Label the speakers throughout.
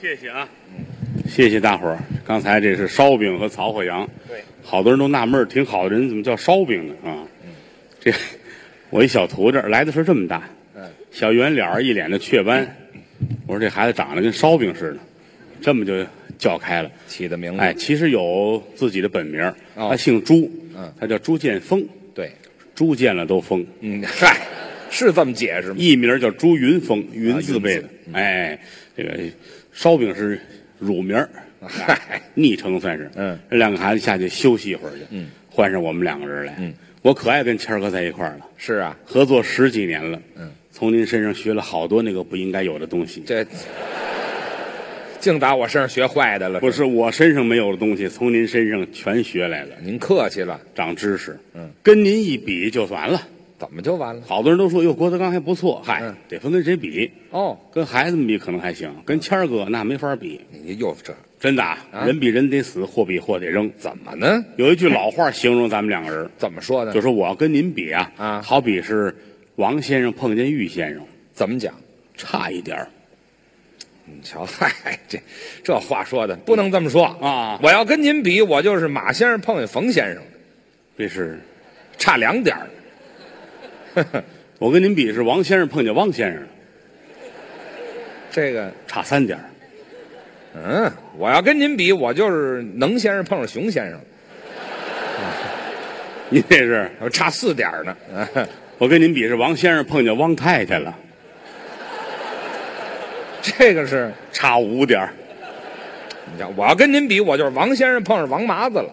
Speaker 1: 谢谢啊，谢谢大伙儿。刚才这是烧饼和曹火羊，
Speaker 2: 对，
Speaker 1: 好多人都纳闷儿，挺好的人怎么叫烧饼呢？啊，
Speaker 2: 嗯
Speaker 1: 这我一小徒弟儿来的时候这么大，
Speaker 2: 嗯，
Speaker 1: 小圆脸儿一脸的雀斑，我说这孩子长得跟烧饼似的，这么就叫开了。
Speaker 2: 起的名字，
Speaker 1: 哎，其实有自己的本名儿，
Speaker 2: 嗯哦
Speaker 1: 他姓朱，
Speaker 2: 嗯
Speaker 1: 他叫朱建峰，
Speaker 2: 对，
Speaker 1: 朱见了都疯。
Speaker 2: 嗯，嗨，是这么解释吗？
Speaker 1: 艺名叫朱云峰，云字辈
Speaker 2: 啊
Speaker 1: 的
Speaker 2: 云字。
Speaker 1: 哎，这个烧饼是乳名儿
Speaker 2: 啊嗨，
Speaker 1: 昵称算是。
Speaker 2: 嗯，
Speaker 1: 这两个孩子下去休息一会儿去。嗯，换上我们两个人来。
Speaker 2: 嗯，
Speaker 1: 我可爱跟谦儿哥在一块儿了，
Speaker 2: 是啊，
Speaker 1: 合作十几年了。
Speaker 2: 嗯，
Speaker 1: 从您身上学了好多那个不应该有的东西。
Speaker 2: 这净打我身上学坏的了，
Speaker 1: 不
Speaker 2: 是？
Speaker 1: 是我身上没有的东西，从您身上全学来了，
Speaker 2: 您客气了，
Speaker 1: 长知识。
Speaker 2: 嗯，
Speaker 1: 跟您一比就完了。
Speaker 2: 怎么就完了？
Speaker 1: 好多人都说，哟，郭德纲还不错。嗨
Speaker 2: 嗯，
Speaker 1: 得分跟谁比，
Speaker 2: 哦，
Speaker 1: 跟孩子们比可能还行，
Speaker 2: 嗯
Speaker 1: 跟谦儿哥那没法比。
Speaker 2: 你又这
Speaker 1: 真的啊，人比人得死，货比货得扔。
Speaker 2: 怎么呢？
Speaker 1: 有一句老话形容咱们两个人，
Speaker 2: 怎么说呢？
Speaker 1: 就说我要跟您比啊，
Speaker 2: 嗯啊
Speaker 1: 好比是王先生碰见玉先生，
Speaker 2: 怎么讲？
Speaker 1: 差一点儿。
Speaker 2: 你瞧，嗨，这这话说的不能这么说
Speaker 1: 啊
Speaker 2: 我要跟您比，我就是马先生碰见冯先生，
Speaker 1: 这是
Speaker 2: 差两点儿
Speaker 1: 我跟您比是王先生碰见汪先生，
Speaker 2: 这个，
Speaker 1: 差三点儿。
Speaker 2: 嗯，我要跟您比，我就是能先生碰上熊先生，
Speaker 1: 您这是
Speaker 2: 我差四点儿呢。
Speaker 1: 我跟您比是王先生碰见汪太太了，
Speaker 2: 这个是，
Speaker 1: 差五点儿。
Speaker 2: 你瞧，我要跟您比，我就是王先生碰上王麻子了，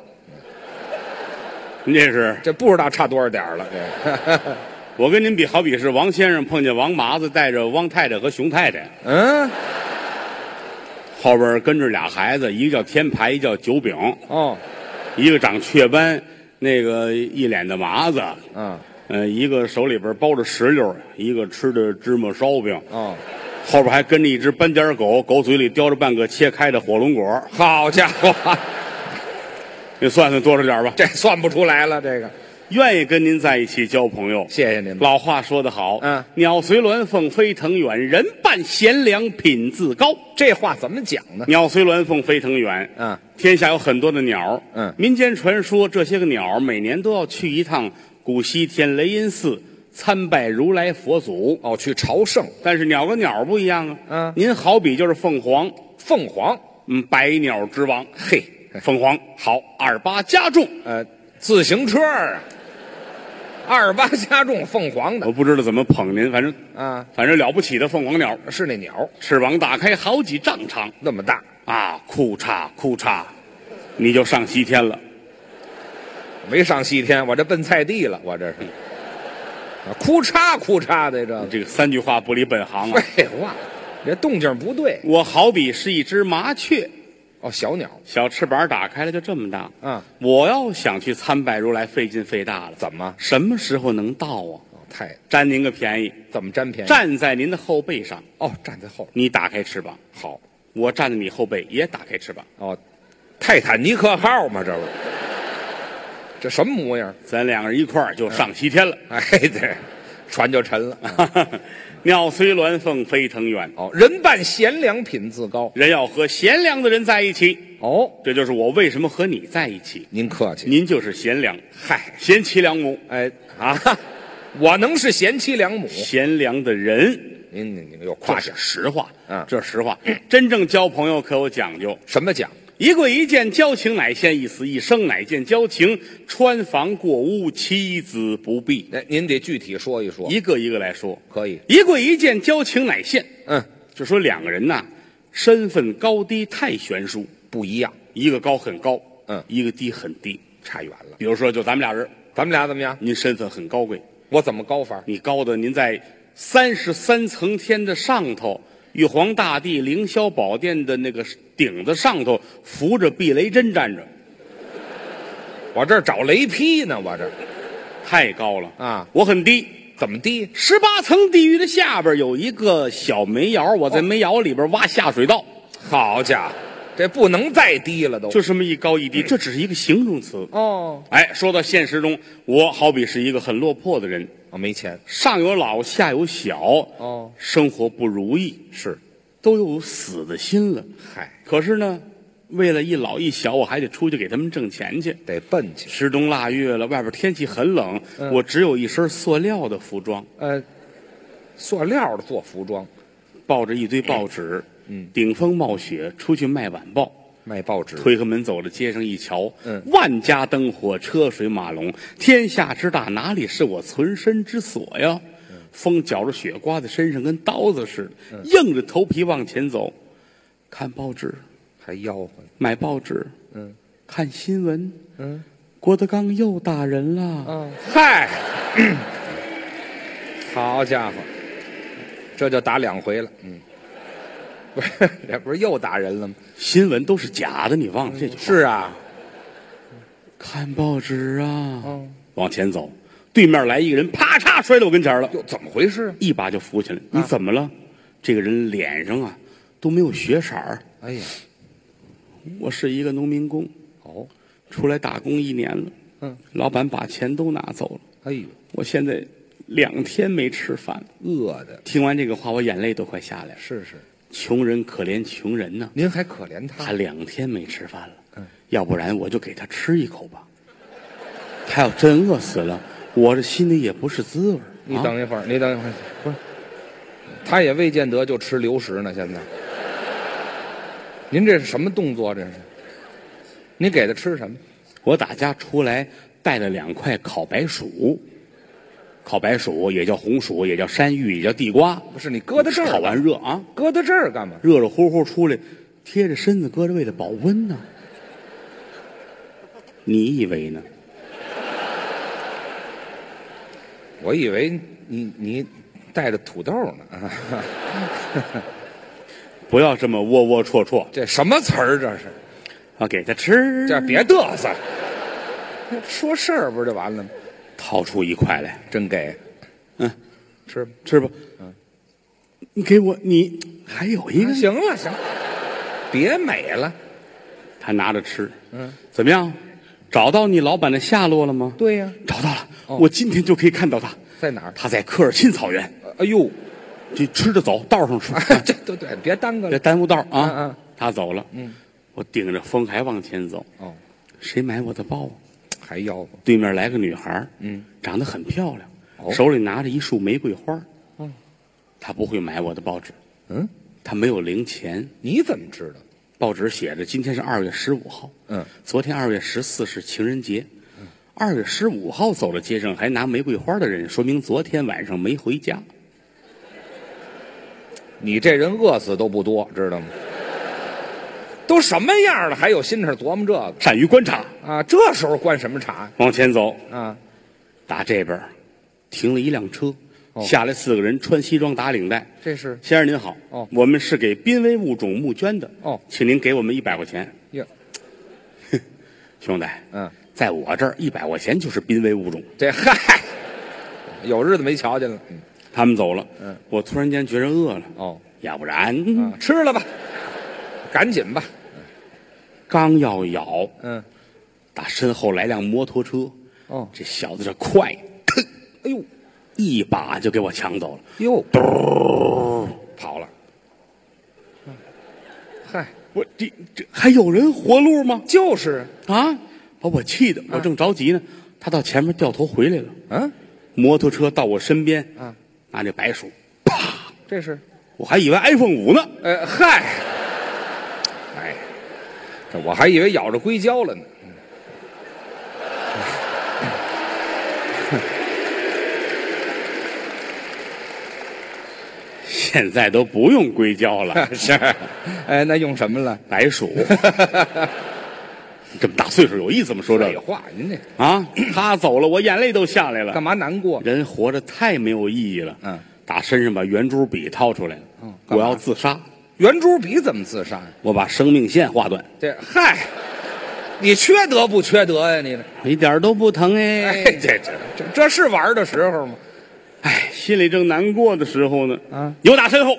Speaker 1: 您这是
Speaker 2: 这不知道差多少点儿了。这个，
Speaker 1: 我跟您比，好比是王先生碰见王麻子带着汪太太和熊太太，
Speaker 2: 嗯，
Speaker 1: 后边跟着俩孩子，一个叫天牌，一个叫九饼。
Speaker 2: 哦，
Speaker 1: 一个长雀斑，那个一脸的麻子，
Speaker 2: 嗯，
Speaker 1: 嗯、一个手里边包着石榴，一个吃的芝麻烧饼，
Speaker 2: 哦，
Speaker 1: 后边还跟着一只斑点狗，狗嘴里叼着半个切开的火龙果，
Speaker 2: 好家伙，
Speaker 1: 你算算多少点吧？
Speaker 2: 这算不出来了。这个，
Speaker 1: 愿意跟您在一起交朋友，
Speaker 2: 谢谢您吧。
Speaker 1: 老话说得好，
Speaker 2: 嗯
Speaker 1: 鸟随鸾凤飞腾远，人伴贤良品自高。
Speaker 2: 这话怎么讲呢？
Speaker 1: 鸟随鸾凤飞腾远，
Speaker 2: 嗯，
Speaker 1: 天下有很多的鸟，
Speaker 2: 嗯
Speaker 1: 民间传说这些个鸟儿每年都要去一趟古西天雷音寺参拜如来佛祖，
Speaker 2: 哦，去朝圣
Speaker 1: 但是鸟跟鸟儿不一样啊，
Speaker 2: 嗯
Speaker 1: 您好比就是凤凰，
Speaker 2: 凤凰，
Speaker 1: 嗯，百鸟之王，
Speaker 2: 嘿，
Speaker 1: 凤凰好二八加重，
Speaker 2: 呃，自行车儿啊，二八加重凤凰的
Speaker 1: 我不知道怎么捧您，反正
Speaker 2: 啊，
Speaker 1: 反正了不起的凤凰鸟，
Speaker 2: 是那鸟
Speaker 1: 翅膀打开好几丈长
Speaker 2: 那么大，
Speaker 1: 啊，库嚓库嚓，你就上西天了。
Speaker 2: 没上西天，我这奔菜地了，我这是，啊哭嚓哭嚓的这个，
Speaker 1: 这个三句话不离本行啊。
Speaker 2: 废话，这动静不对
Speaker 1: 我好比是一只麻雀，
Speaker 2: 哦，小鸟
Speaker 1: 小翅膀打开了就这么大。
Speaker 2: 嗯，
Speaker 1: 我要想去参拜如来，费劲费大了。
Speaker 2: 怎么
Speaker 1: 什么时候能到啊？
Speaker 2: 哦太
Speaker 1: 占您个便宜，
Speaker 2: 怎么占便宜？
Speaker 1: 站在您的后背上，
Speaker 2: 哦，站在后边
Speaker 1: 你打开翅膀，
Speaker 2: 好
Speaker 1: 我站在你后背也打开翅膀，
Speaker 2: 哦，泰坦尼克号嘛，这不是，这什么模样？
Speaker 1: 咱两个人一块儿就上西天了。
Speaker 2: 哎，对，船就沉了。
Speaker 1: 鸟虽鸾凤飞腾远，
Speaker 2: 哦，人伴贤良，品自高。
Speaker 1: 人要和贤良的人在一起。
Speaker 2: 哦，
Speaker 1: 这就是我为什么和你在一起，
Speaker 2: 您客气。
Speaker 1: 您就是贤良，
Speaker 2: 嗨，
Speaker 1: 贤妻良母，
Speaker 2: 哎啊，我能是贤妻良母？
Speaker 1: 贤良的人。
Speaker 2: 您您您
Speaker 1: 这
Speaker 2: 又夸
Speaker 1: 是
Speaker 2: 奖
Speaker 1: 实话，
Speaker 2: 嗯
Speaker 1: 这是实话。真正交朋友可有讲究，
Speaker 2: 什么奖？
Speaker 1: 一跪一见交情乃现，一死一生乃见交情。穿房过屋，妻子不避。
Speaker 2: 哎，您得具体说一说。
Speaker 1: 一个一个来说，
Speaker 2: 可以，
Speaker 1: 一跪一见交情乃现，
Speaker 2: 嗯，
Speaker 1: 就说两个人呐，身份高低太悬殊，
Speaker 2: 不一样，
Speaker 1: 一个高很高，
Speaker 2: 嗯
Speaker 1: 一个低很低。
Speaker 2: 差远了。
Speaker 1: 比如说，就咱们俩人，
Speaker 2: 咱们俩怎么样？
Speaker 1: 您身份很高贵，
Speaker 2: 我怎么高法？
Speaker 1: 你高的您在三十三层天的上头，玉皇大帝凌霄宝殿的那个顶子上头扶着避雷针站着，
Speaker 2: 我这儿找雷劈呢，我这儿
Speaker 1: 太高了
Speaker 2: 啊！
Speaker 1: 我很低，
Speaker 2: 怎么低？
Speaker 1: 十八层地狱的下边有一个小煤窑，我在煤窑里边挖下水道，
Speaker 2: 好家伙，这不能再低了都。
Speaker 1: 就这么一高一低，这只是一个形容词。
Speaker 2: 哦，
Speaker 1: 哎，说到现实中，我好比是一个很落魄的人，
Speaker 2: 哦我没钱。
Speaker 1: 上有老，下有小，
Speaker 2: 哦，
Speaker 1: 生活不如意，
Speaker 2: 是
Speaker 1: 都有死的心了。
Speaker 2: 嗨，
Speaker 1: 可是呢，为了一老一小，我还得出去给他们挣钱去。
Speaker 2: 得奔去。
Speaker 1: 时冬腊月了，外边天气很冷，我只有一身塑料的服装，
Speaker 2: 呃，塑料的做服装，
Speaker 1: 抱着一堆报纸，嗯，顶风冒雪出去卖晚报。
Speaker 2: 卖报纸，
Speaker 1: 推开门走到街上一瞧，
Speaker 2: 嗯
Speaker 1: 万家灯火，车水马龙，天下之大，哪里是我存身之所呀？
Speaker 2: 嗯
Speaker 1: 风搅着雪刮在身上，跟刀子似的，硬着头皮往前走，看报纸，
Speaker 2: 还吆喝呢。
Speaker 1: 买报纸，
Speaker 2: 嗯，
Speaker 1: 看新闻。
Speaker 2: 嗯，
Speaker 1: 郭德纲又打人了，
Speaker 2: 啊，嗨，嗯好家伙，这就打两回了。嗯， 不是，这不是又打人了吗？
Speaker 1: 新闻都是假的，你忘了这句话？
Speaker 2: 是啊，
Speaker 1: 看报纸啊，
Speaker 2: 嗯
Speaker 1: 往前走，对面来一个人，啪嚓摔到我跟前儿了。
Speaker 2: 又怎么回事？
Speaker 1: 一把就扶起来。
Speaker 2: 嗯
Speaker 1: 你怎么了？这个人脸上啊都没有血色儿。
Speaker 2: 哎呀，嗯
Speaker 1: 我是一个农民工，
Speaker 2: 哦，
Speaker 1: 出来打工一年了，
Speaker 2: 嗯，
Speaker 1: 老板把钱都拿走了，
Speaker 2: 哎呦，
Speaker 1: 我现在两天没吃饭了。
Speaker 2: 饿的，
Speaker 1: 听完这个话，我眼泪都快下来了。
Speaker 2: 是是，
Speaker 1: 穷人可怜穷人呢，
Speaker 2: 您还可怜
Speaker 1: 他
Speaker 2: 他，
Speaker 1: 两天没吃饭了，
Speaker 2: 嗯
Speaker 1: 要不然我就给他吃一口吧。他要真饿死了，我这心里也不是滋味儿。
Speaker 2: 你
Speaker 1: 啊
Speaker 2: 等一会儿，你等一会儿，不是，他也未见得就吃流食呢，现在。您这是什么动作？这是？您给他吃什么？
Speaker 1: 我打家出来带了两块烤白薯，烤白薯也叫红薯，也叫山芋，也叫地瓜。
Speaker 2: 不是你搁在这儿
Speaker 1: 烤完热啊，
Speaker 2: 搁到这儿干嘛？
Speaker 1: 热热乎乎出来，贴着身子搁着，为了保温呢。你以为呢？
Speaker 2: 我以为你你带着土豆呢啊！
Speaker 1: 不要这么窝窝戳戳
Speaker 2: 这什么词儿？这是？
Speaker 1: 啊！给他吃，
Speaker 2: 这别嘚瑟，说事儿不是就完了吗？
Speaker 1: 掏出一块来
Speaker 2: 真给，
Speaker 1: 嗯，
Speaker 2: 吃吧。
Speaker 1: 吃吧。你给我，你还有一个，
Speaker 2: 啊行了行了，别美了。
Speaker 1: 他拿着吃。
Speaker 2: 嗯，
Speaker 1: 怎么样？找到你老板的下落了吗？
Speaker 2: 对哦呀、
Speaker 1: 找到了，我今天就可以看到他。
Speaker 2: 在哪儿？
Speaker 1: 他在科尔沁草原。
Speaker 2: 哎呦，
Speaker 1: 就吃着走，道 上吃，
Speaker 2: 这都对，别耽搁
Speaker 1: 别
Speaker 2: 了。
Speaker 1: 耽误道啊。
Speaker 2: 嗯嗯
Speaker 1: 他走了，嗯，我顶着风还往前走，
Speaker 2: 哦，
Speaker 1: 谁买我的包啊？
Speaker 2: 还吆喝，
Speaker 1: 对面来个女孩，嗯，长得很漂亮，
Speaker 2: 哦
Speaker 1: 手里拿着一束玫瑰花，嗯，她不会买我的报纸，
Speaker 2: 嗯，
Speaker 1: 她没有零钱，
Speaker 2: 你怎么知道？
Speaker 1: 报纸写着今天是二月十五号，
Speaker 2: 嗯，
Speaker 1: 昨天二月十四是情人节。二月十五号走到街上还拿玫瑰花的人，说明昨天晚上没回家。
Speaker 2: 你这人饿死都不多，知道吗？都什么样了，还有心思琢磨这个
Speaker 1: 善于观察，
Speaker 2: 啊？这时候灌什么茶
Speaker 1: 往前走，
Speaker 2: 啊？
Speaker 1: 打这边儿停了一辆车，
Speaker 2: 哦
Speaker 1: 下来四个人，穿西装打领带。
Speaker 2: 这是
Speaker 1: 先生您好，
Speaker 2: 哦
Speaker 1: 我们是给濒危物种募捐的，
Speaker 2: 哦
Speaker 1: 请您给我们一百块钱，
Speaker 2: 哟，
Speaker 1: 兄弟，
Speaker 2: 嗯，
Speaker 1: 在我这儿一百块钱就是濒危物种。
Speaker 2: 这 嗨，有日子没瞧见了。嗯，
Speaker 1: 他们走了，
Speaker 2: 嗯，
Speaker 1: 我突然间觉着饿了，
Speaker 2: 哦，
Speaker 1: 要不然、
Speaker 2: 啊，吃了吧，赶紧吧。
Speaker 1: 刚要咬，
Speaker 2: 嗯，
Speaker 1: 打身后来辆摩托车，
Speaker 2: 哦，
Speaker 1: 这小子这快，腾
Speaker 2: 哎呦
Speaker 1: 一把就给我抢走了，
Speaker 2: 呦，
Speaker 1: 嘟，跑了。
Speaker 2: 嗨，
Speaker 1: 我这这还有人活路吗？
Speaker 2: 就是，
Speaker 1: 啊，把我气的，
Speaker 2: 啊
Speaker 1: 我正着急呢，他到前面掉头回来了，
Speaker 2: 嗯，
Speaker 1: 摩托车到我身边，
Speaker 2: 啊，
Speaker 1: 拿这白鼠，
Speaker 2: 这是，
Speaker 1: 我还以为 iPhone 五呢，
Speaker 2: 呃，嗨，哎，这我还以为咬着硅胶了呢。
Speaker 1: 现在都不用硅胶 了，
Speaker 2: 是，哎，那用什么了？
Speaker 1: 白鼠， 这么大岁数有意思吗？说这
Speaker 2: 废
Speaker 1: 个
Speaker 2: 话，您这
Speaker 1: 啊，他走了，我眼泪都下来了
Speaker 2: 干。嘛难过？
Speaker 1: 人活着太没有意义了。
Speaker 2: 嗯，
Speaker 1: 打身上把圆珠笔掏出来了，
Speaker 2: 嗯干
Speaker 1: 我
Speaker 2: 嘛
Speaker 1: 要自杀，
Speaker 2: 圆珠笔怎么自杀呀？
Speaker 1: 我把生命线划断，
Speaker 2: 这嗨，你缺德不缺德呀？你这，
Speaker 1: 一点儿都不疼
Speaker 2: 哎，
Speaker 1: 哎。
Speaker 2: 这这这这是玩的时候吗？
Speaker 1: 哎，心里正难过的时候呢，
Speaker 2: 啊，
Speaker 1: 有打身后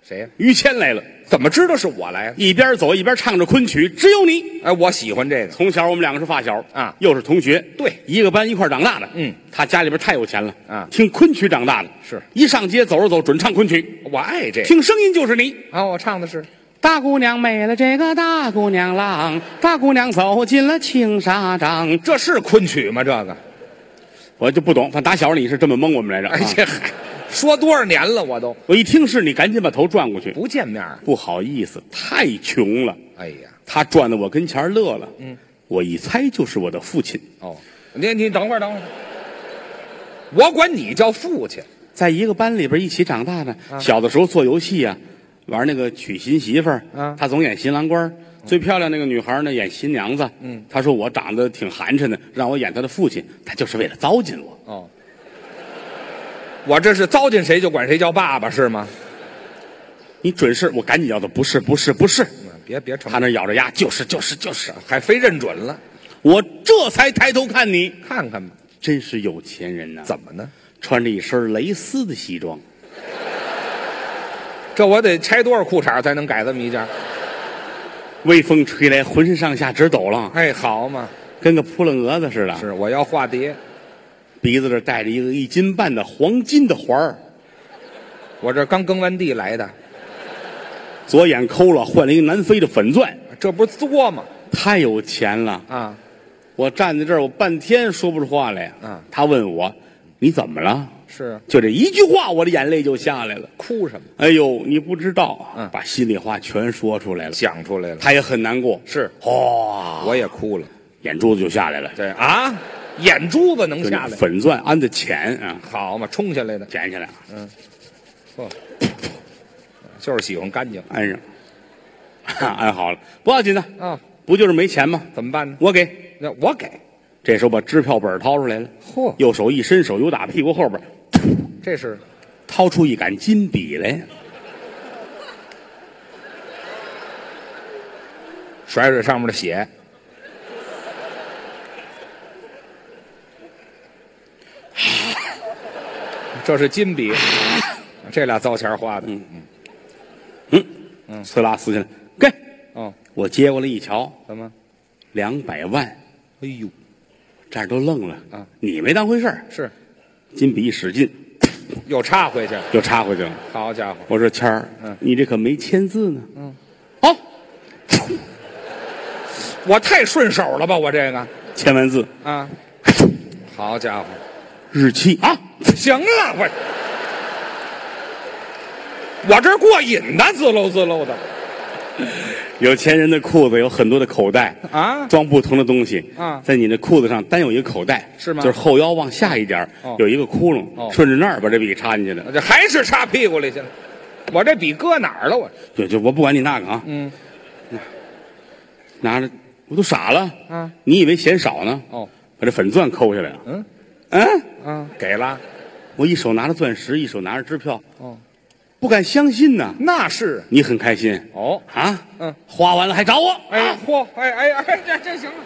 Speaker 2: 谁呀？
Speaker 1: 于谦来了，
Speaker 2: 怎么知道是我来？
Speaker 1: 一边走一边唱着昆曲，只有你。
Speaker 2: 哎，我喜欢这个。
Speaker 1: 从小我们两个是发小
Speaker 2: 啊
Speaker 1: 又是同学，
Speaker 2: 对
Speaker 1: 一个班一块儿长大的。
Speaker 2: 嗯，
Speaker 1: 他家里边太有钱了
Speaker 2: 啊
Speaker 1: 听昆曲长大的，
Speaker 2: 是
Speaker 1: 一上街走着走，准唱昆曲，
Speaker 2: 我爱这个
Speaker 1: 听声音就是你。
Speaker 2: 啊！我唱的是
Speaker 1: 哎大姑娘美了这个大姑娘郎，大姑娘走进了青纱帐。
Speaker 2: 这是昆曲吗？这个
Speaker 1: 我就不懂，反正打小你是这么蒙我们来着。
Speaker 2: 哎
Speaker 1: 啊
Speaker 2: 呀，嗨，说多少年了，我都
Speaker 1: 我一听是你，赶紧把头转过去。
Speaker 2: 不见面儿。
Speaker 1: 不好意思，太穷了。
Speaker 2: 哎呀，
Speaker 1: 他转到我跟前儿乐了。嗯，我一猜就是我的父亲。
Speaker 2: 哦，你你等会儿，等会儿，我管你叫父亲
Speaker 1: 在一个班里边一起长大的，
Speaker 2: 啊
Speaker 1: 小的时候做游戏啊，玩那个娶新媳妇儿，
Speaker 2: 啊嗯
Speaker 1: 他总演新郎官儿，最漂亮那个女孩呢演新娘子，嗯，他说我长得挺寒碜的，让我演他的父亲，他就是为了糟践我。
Speaker 2: 哦。我这是糟践谁就管谁叫爸爸是吗？
Speaker 1: 你准是，我赶紧要的不是不是不是，
Speaker 2: 嗯别别成
Speaker 1: 他，那咬着牙就是就是就是，
Speaker 2: 还非认准了，
Speaker 1: 我这才抬头看你，
Speaker 2: 看看吧，
Speaker 1: 真是有钱人呐、
Speaker 2: 怎么呢？
Speaker 1: 穿着一身蕾丝的西装，
Speaker 2: 这我得拆多少裤衩才能改这么一件？
Speaker 1: 微风吹来，浑身上下直抖了，
Speaker 2: 哎，好嘛，
Speaker 1: 跟个扑棱蛾子似的，
Speaker 2: 是我要化蝶，
Speaker 1: 鼻子这戴着一个一斤半的黄金的环儿。
Speaker 2: 我这刚耕完地来的，
Speaker 1: 左眼抠了，换了一个南非的粉钻，
Speaker 2: 这不是作吗？
Speaker 1: 太有钱了。
Speaker 2: 啊，
Speaker 1: 我站在这儿，我半天说不出话来呀。
Speaker 2: 嗯
Speaker 1: 他问我你怎么了？
Speaker 2: 是啊
Speaker 1: 就这一句话，我的眼泪就下来了。
Speaker 2: 哭什么？
Speaker 1: 哎呦，你不知道，
Speaker 2: 嗯
Speaker 1: 把心里话全说出来了。
Speaker 2: 讲出来了，
Speaker 1: 他也很难过，
Speaker 2: 是
Speaker 1: 哇、
Speaker 2: 我也哭了。
Speaker 1: 眼珠子就下来了，
Speaker 2: 这啊，眼珠子能
Speaker 1: 就
Speaker 2: 下
Speaker 1: 那
Speaker 2: 来？
Speaker 1: 粉钻安的浅啊，
Speaker 2: 好嘛，冲下来的，
Speaker 1: 捡起来
Speaker 2: 就是喜欢干净
Speaker 1: 安上， 安好了，不要紧的，
Speaker 2: 啊。
Speaker 1: 不就是没钱吗？
Speaker 2: 怎么办呢？
Speaker 1: 我给。
Speaker 2: 那我给。
Speaker 1: 这时候把支票本掏出来了，
Speaker 2: 嚯
Speaker 1: 右手一伸手，由打屁股后边
Speaker 2: 这是
Speaker 1: 掏出一杆金笔来，
Speaker 2: 甩甩上面的 血，这是金 笔，这俩糟钱花的。嗯
Speaker 1: 呲啦撕下来，给
Speaker 2: 哦，
Speaker 1: 我接过来一瞧，
Speaker 2: 怎么？
Speaker 1: 两百万，
Speaker 2: 哎呦，
Speaker 1: 这儿都愣了
Speaker 2: 啊！
Speaker 1: 你没当回事儿，
Speaker 2: 是
Speaker 1: 金笔一使劲
Speaker 2: 又插回去了，
Speaker 1: 就插回去了。
Speaker 2: 好家伙，
Speaker 1: 我说谦儿，
Speaker 2: 嗯
Speaker 1: 你这可没签字呢。嗯，好，
Speaker 2: 我太顺手了吧，我这个
Speaker 1: 签完字，
Speaker 2: 啊，好家伙，
Speaker 1: 日期啊，
Speaker 2: 行了，我我这儿过瘾呢，滋溜滋溜的
Speaker 1: 有钱人的裤子有很多的口 袋
Speaker 2: 啊
Speaker 1: 装不同的东西
Speaker 2: 啊
Speaker 1: 在你的裤子上单有一个口袋
Speaker 2: 是吗
Speaker 1: 就是后腰往下一点儿
Speaker 2: 哦
Speaker 1: 有一个窟窿，
Speaker 2: 哦
Speaker 1: 顺着那儿把这笔插进去的。
Speaker 2: 我这还是插屁股里去了。我这笔搁哪儿了？我
Speaker 1: 就就我不管你那个啊，
Speaker 2: 嗯，
Speaker 1: 拿着我都傻了
Speaker 2: 啊！
Speaker 1: 你以为嫌少呢？
Speaker 2: 哦，
Speaker 1: 把这粉钻抠下来了。
Speaker 2: 嗯
Speaker 1: 嗯，
Speaker 2: 啊，给了。
Speaker 1: 我一手拿着钻石，一手拿着支票，
Speaker 2: 哦，
Speaker 1: 不敢相信呐！
Speaker 2: 那是
Speaker 1: 你很开心
Speaker 2: 哦。
Speaker 1: 啊？
Speaker 2: 嗯，
Speaker 1: 花完了还找我？
Speaker 2: 哎嚯，哎哎哎，这这行了，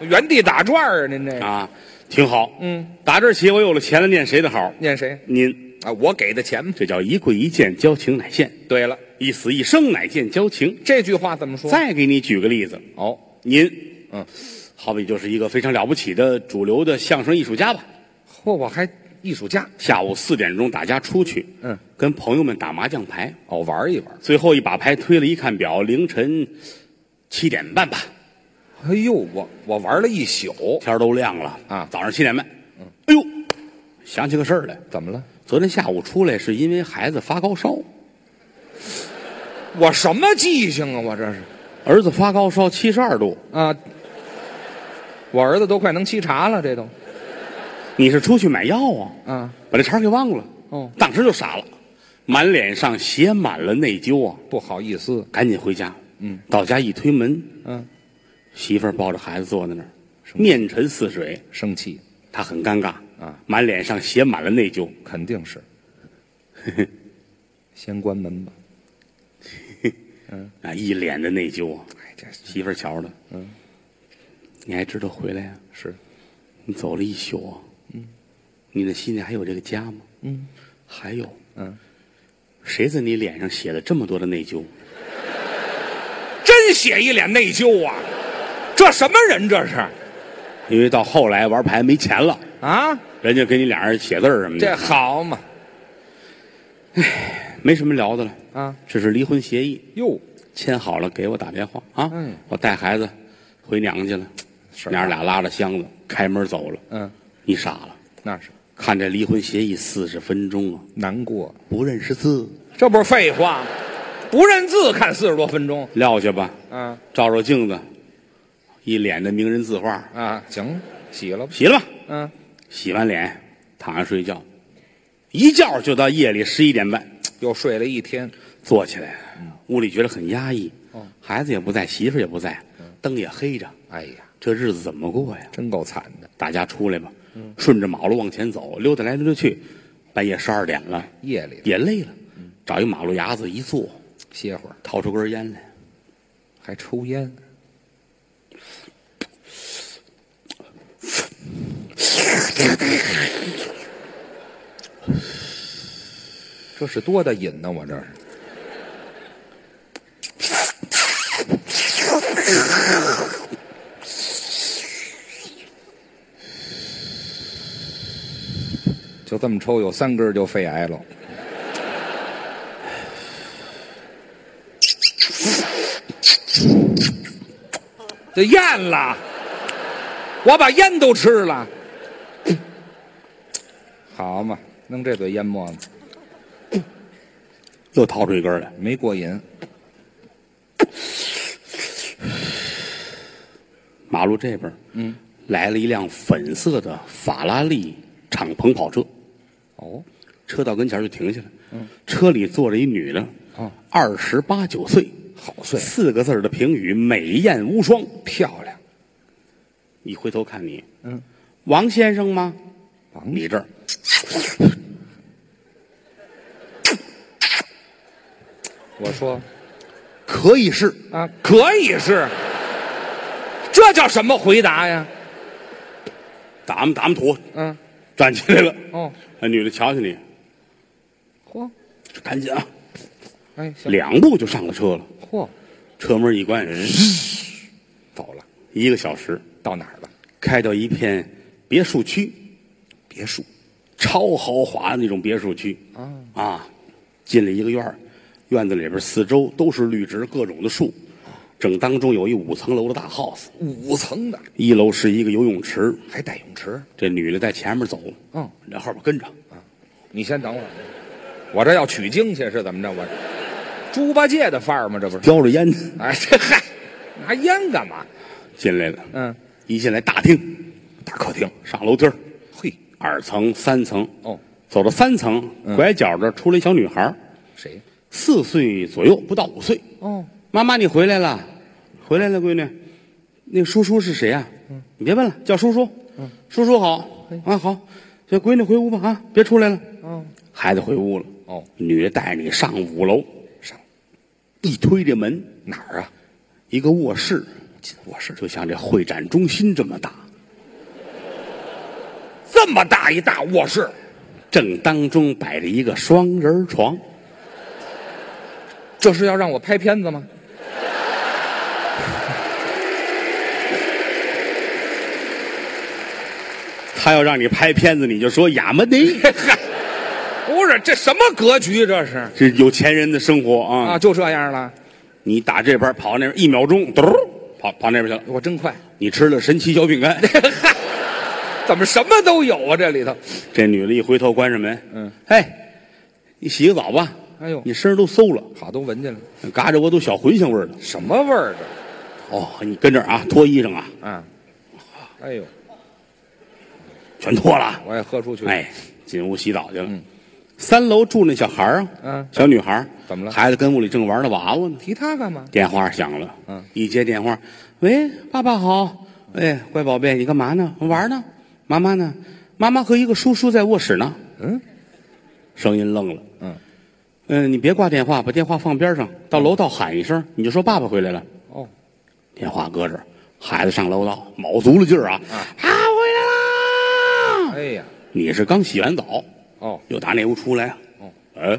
Speaker 2: 原地打转儿啊！您这
Speaker 1: 啊
Speaker 2: 个
Speaker 1: 啊，挺好。
Speaker 2: 嗯，
Speaker 1: 打这起我有了钱了，念谁的好？
Speaker 2: 念谁
Speaker 1: 您
Speaker 2: 啊？我给的钱。
Speaker 1: 这叫一跪一见，交情乃现；
Speaker 2: 对了，
Speaker 1: 一死一生，乃见交情。
Speaker 2: 这句话怎么说？
Speaker 1: 再给你举个例子，
Speaker 2: 哦，
Speaker 1: 您
Speaker 2: 嗯，
Speaker 1: 好比就是一个非常了不起的主流的相声艺术家吧。
Speaker 2: 嚯，我还艺术家
Speaker 1: 下午四点钟大家出去，
Speaker 2: 嗯，
Speaker 1: 跟朋友们打麻将牌，
Speaker 2: 哦，玩一玩。
Speaker 1: 最后一把牌推了，一看表，凌晨七点半吧，
Speaker 2: 哎呦，我我玩了一宿，
Speaker 1: 天儿都亮了
Speaker 2: 啊
Speaker 1: 早上七点半，哎呦，想起个事儿来，
Speaker 2: 怎么了？
Speaker 1: 昨天下午出来是因为孩子发高烧，
Speaker 2: 我什么记性啊？我这是
Speaker 1: 儿子发高烧七十二度，
Speaker 2: 啊，我儿子都快能沏茶了，这都
Speaker 1: 你是出去买药啊？
Speaker 2: 啊，
Speaker 1: 把这茬儿给忘了，
Speaker 2: 哦，
Speaker 1: 当时就傻了，满脸上写满了内疚啊，
Speaker 2: 不好意思，
Speaker 1: 赶紧回家，嗯，到家一推门，
Speaker 2: 嗯，
Speaker 1: 媳妇儿抱着孩子坐在那儿，面沉似水，
Speaker 2: 生气
Speaker 1: 他很尴尬
Speaker 2: 啊，
Speaker 1: 满脸上写满了内疚。
Speaker 2: 肯定是。先关门吧。
Speaker 1: 啊，一脸的内疚啊。
Speaker 2: 哎，这是
Speaker 1: 媳妇儿瞧着，嗯，你还知道回来呀、啊
Speaker 2: 是
Speaker 1: 你走了一宿啊，嗯，你的心里还有这个家吗？嗯，还有，
Speaker 2: 嗯，
Speaker 1: 谁在你脸上写了这么多的内疚？
Speaker 2: 真写一脸内疚啊！这什么人这是
Speaker 1: 因为到后来玩牌没钱了，
Speaker 2: 啊？
Speaker 1: 人家给你俩人写字儿什么
Speaker 2: 这
Speaker 1: 的，
Speaker 2: 好嘛
Speaker 1: 没什么聊的了。
Speaker 2: 啊？
Speaker 1: 这是离婚协议，
Speaker 2: 哟，
Speaker 1: 签好了给我打电话啊！
Speaker 2: 嗯
Speaker 1: 我带孩子回娘家了，
Speaker 2: 是
Speaker 1: 娘儿俩拉着箱子开门走了。
Speaker 2: 嗯，
Speaker 1: 你傻了，
Speaker 2: 那是
Speaker 1: 看这离婚协议四十分钟啊，
Speaker 2: 难过，
Speaker 1: 不认识字，
Speaker 2: 这不是废话吗？不认字看四十多分钟，
Speaker 1: 撂下吧。
Speaker 2: 啊
Speaker 1: 照照镜子，一脸的名人字画，
Speaker 2: 啊，行，洗了吧，
Speaker 1: 洗了吧。
Speaker 2: 嗯，
Speaker 1: 洗完脸，躺下睡觉，一觉就到夜里十一点半，
Speaker 2: 又睡了一天，
Speaker 1: 坐起来，屋里觉得很压抑，
Speaker 2: 哦
Speaker 1: 孩子也不在，媳妇儿也不在，灯也黑着，
Speaker 2: 哎呀，
Speaker 1: 这日子怎么过呀？
Speaker 2: 真够惨的，
Speaker 1: 大家出来吧，顺着马路往前走，溜达来溜达去，半夜十二点了，
Speaker 2: 夜里
Speaker 1: 也累了，找一马路牙子一坐，
Speaker 2: 歇会儿
Speaker 1: 掏出根烟来，
Speaker 2: 还抽烟，这是多大瘾呢？我这是。就这么抽，有三根儿就肺癌了。这咽了，我把烟都吃了。好嘛，弄这嘴淹没了，
Speaker 1: 又掏出一根来，
Speaker 2: 没过瘾。
Speaker 1: 马路这边，嗯，来了一辆粉色的法拉利敞篷跑车，
Speaker 2: 哦，
Speaker 1: 车到跟前就停下来，嗯，车里坐着一女的，
Speaker 2: 哦，
Speaker 1: 二十八九岁，
Speaker 2: 好啊睡，
Speaker 1: 四个字儿的评语：美艳无双。
Speaker 2: 漂亮。
Speaker 1: 一回头看你，
Speaker 2: 嗯，
Speaker 1: 王先生吗？
Speaker 2: 王
Speaker 1: 你这儿
Speaker 2: 我说
Speaker 1: 可以是，
Speaker 2: 啊，可以是，这叫什么回答呀？
Speaker 1: 打们打们土，
Speaker 2: 嗯，
Speaker 1: 站起来了。
Speaker 2: 哦，
Speaker 1: 那女的瞧瞧你，
Speaker 2: 嚯，
Speaker 1: 赶紧啊，
Speaker 2: 哎，行，
Speaker 1: 两步就上了车了。
Speaker 2: 嚯，
Speaker 1: 车门一关，日
Speaker 2: 走了，
Speaker 1: 一个小时
Speaker 2: 到哪儿了？
Speaker 1: 开到一片别墅区，
Speaker 2: 别墅，
Speaker 1: 超豪华的那种别墅区
Speaker 2: 啊
Speaker 1: 啊，进了一个院儿，院子里边四周都是绿植，各种的树。正当中有一五层楼的大 house，
Speaker 2: 五层的，
Speaker 1: 一楼是一个游泳池，
Speaker 2: 还带泳池。
Speaker 1: 这女的在前面走，
Speaker 2: 嗯，
Speaker 1: 在后边跟着。
Speaker 2: 你先等会儿，我这要取经去是怎么着？我猪八戒的范儿吗？这不是？
Speaker 1: 叼着烟
Speaker 2: 哎，这嗨，拿烟干嘛？
Speaker 1: 进来了，
Speaker 2: 嗯，
Speaker 1: 一进来大厅，
Speaker 2: 大客厅，
Speaker 1: 上楼梯儿
Speaker 2: 嘿，
Speaker 1: 二层、三层，
Speaker 2: 哦，
Speaker 1: 走到三层，拐角这儿出来一小女孩儿，
Speaker 2: 谁？
Speaker 1: 四岁左右，不到五岁。
Speaker 2: 哦，
Speaker 1: 妈妈，你回来了，回来了，闺女。那个叔叔是谁呀、
Speaker 2: 嗯
Speaker 1: 你别问了，叫叔叔。叔叔好啊，好。这闺女回屋吧啊，别出来了。
Speaker 2: 哦，
Speaker 1: 孩子回屋了，
Speaker 2: 哦，
Speaker 1: 女的带你上五楼，
Speaker 2: 上
Speaker 1: 一推这门，
Speaker 2: 哪儿啊？
Speaker 1: 一个卧室，
Speaker 2: 进卧室，
Speaker 1: 就像这会展中心这么大。
Speaker 2: 这么大一大卧室，
Speaker 1: 正当中摆着一个双人床，
Speaker 2: 这是要让我拍片子吗？
Speaker 1: 他要让你拍片子，你就说亚 麻得，
Speaker 2: 嗨，不是，这什么格局？这是
Speaker 1: 这有钱人的生活啊！
Speaker 2: 啊，就这样了，
Speaker 1: 你打这边跑那边，一秒钟，嘟儿跑跑那边去了。
Speaker 2: 我真快。
Speaker 1: 你吃了神奇小饼 干，
Speaker 2: 怎么什么都有啊？这里头，
Speaker 1: 这女的一回头关上门，
Speaker 2: 嗯，
Speaker 1: 哎，你洗个澡吧，
Speaker 2: 哎呦
Speaker 1: 你身上都馊了，
Speaker 2: 好都闻见了，
Speaker 1: 嘎着我都小茴香味儿了。
Speaker 2: 什么味儿这？
Speaker 1: 哦，你跟这儿啊，脱衣裳啊，
Speaker 2: 啊，哎呦，
Speaker 1: 全脱了啊。
Speaker 2: 我也喝出去了。
Speaker 1: 哎，进屋洗澡去了。三楼住那小孩儿啊，
Speaker 2: 嗯
Speaker 1: 小女孩儿
Speaker 2: 怎么了
Speaker 1: 孩子跟屋里正玩着娃娃呢。
Speaker 2: 提他干嘛？
Speaker 1: 电话响了，
Speaker 2: 嗯，
Speaker 1: 一接电话，喂，爸爸好，哎，乖宝贝，你干嘛呢？玩呢？妈妈呢？妈妈和一个叔叔在卧室呢。
Speaker 2: 嗯，
Speaker 1: 声音愣了，
Speaker 2: 嗯，
Speaker 1: 嗯、你别挂电话，把电话放边上，到楼道喊一声，你就说爸爸回来了。
Speaker 2: 哦，
Speaker 1: 电话搁这儿，孩子上楼道，卯足了劲儿啊，
Speaker 2: 嗯
Speaker 1: 啊，回来啦！
Speaker 2: 哎呀，
Speaker 1: 你是刚洗完澡，
Speaker 2: 哦，
Speaker 1: 又打那屋出来啊？
Speaker 2: 哦，
Speaker 1: 哎，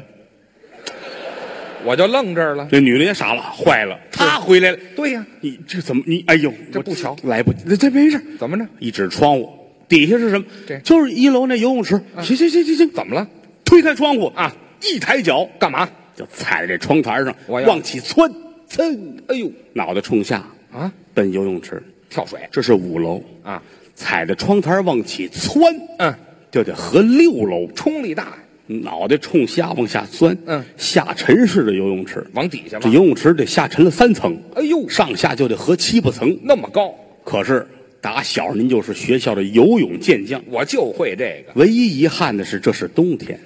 Speaker 2: 我就愣这儿了。
Speaker 1: 这女的也傻了，坏了，她回来了。
Speaker 2: 对呀、
Speaker 1: 你这怎么你？哎呦，
Speaker 2: 这
Speaker 1: 我
Speaker 2: 不巧
Speaker 1: 来不及，这这没事。
Speaker 2: 怎么着？
Speaker 1: 一指窗户底下是什么
Speaker 2: 对？
Speaker 1: 就是一楼那游泳池。行行行行行，
Speaker 2: 怎么了？
Speaker 1: 推开窗户
Speaker 2: 嗯啊，
Speaker 1: 一抬脚
Speaker 2: 干嘛？
Speaker 1: 就踩在这窗台上，
Speaker 2: 我要
Speaker 1: 往起窜，噌，
Speaker 2: 哎呦
Speaker 1: 脑袋冲下
Speaker 2: 啊，
Speaker 1: 奔游泳池。
Speaker 2: 跳水
Speaker 1: 这是五楼，
Speaker 2: 啊，
Speaker 1: 踩着窗台往起窜，
Speaker 2: 嗯，
Speaker 1: 就得和六楼
Speaker 2: 冲力大，
Speaker 1: 脑袋冲下往下钻，
Speaker 2: 嗯
Speaker 1: 下沉式的游泳池，
Speaker 2: 往底下
Speaker 1: 这
Speaker 2: 吧。
Speaker 1: 游泳池得下沉了三层，
Speaker 2: 哎呦，
Speaker 1: 上下就得合七八层。
Speaker 2: 那么高，
Speaker 1: 可是打小您就是学校的游泳健将，
Speaker 2: 我就会这个。
Speaker 1: 唯一遗憾的是这是冬天，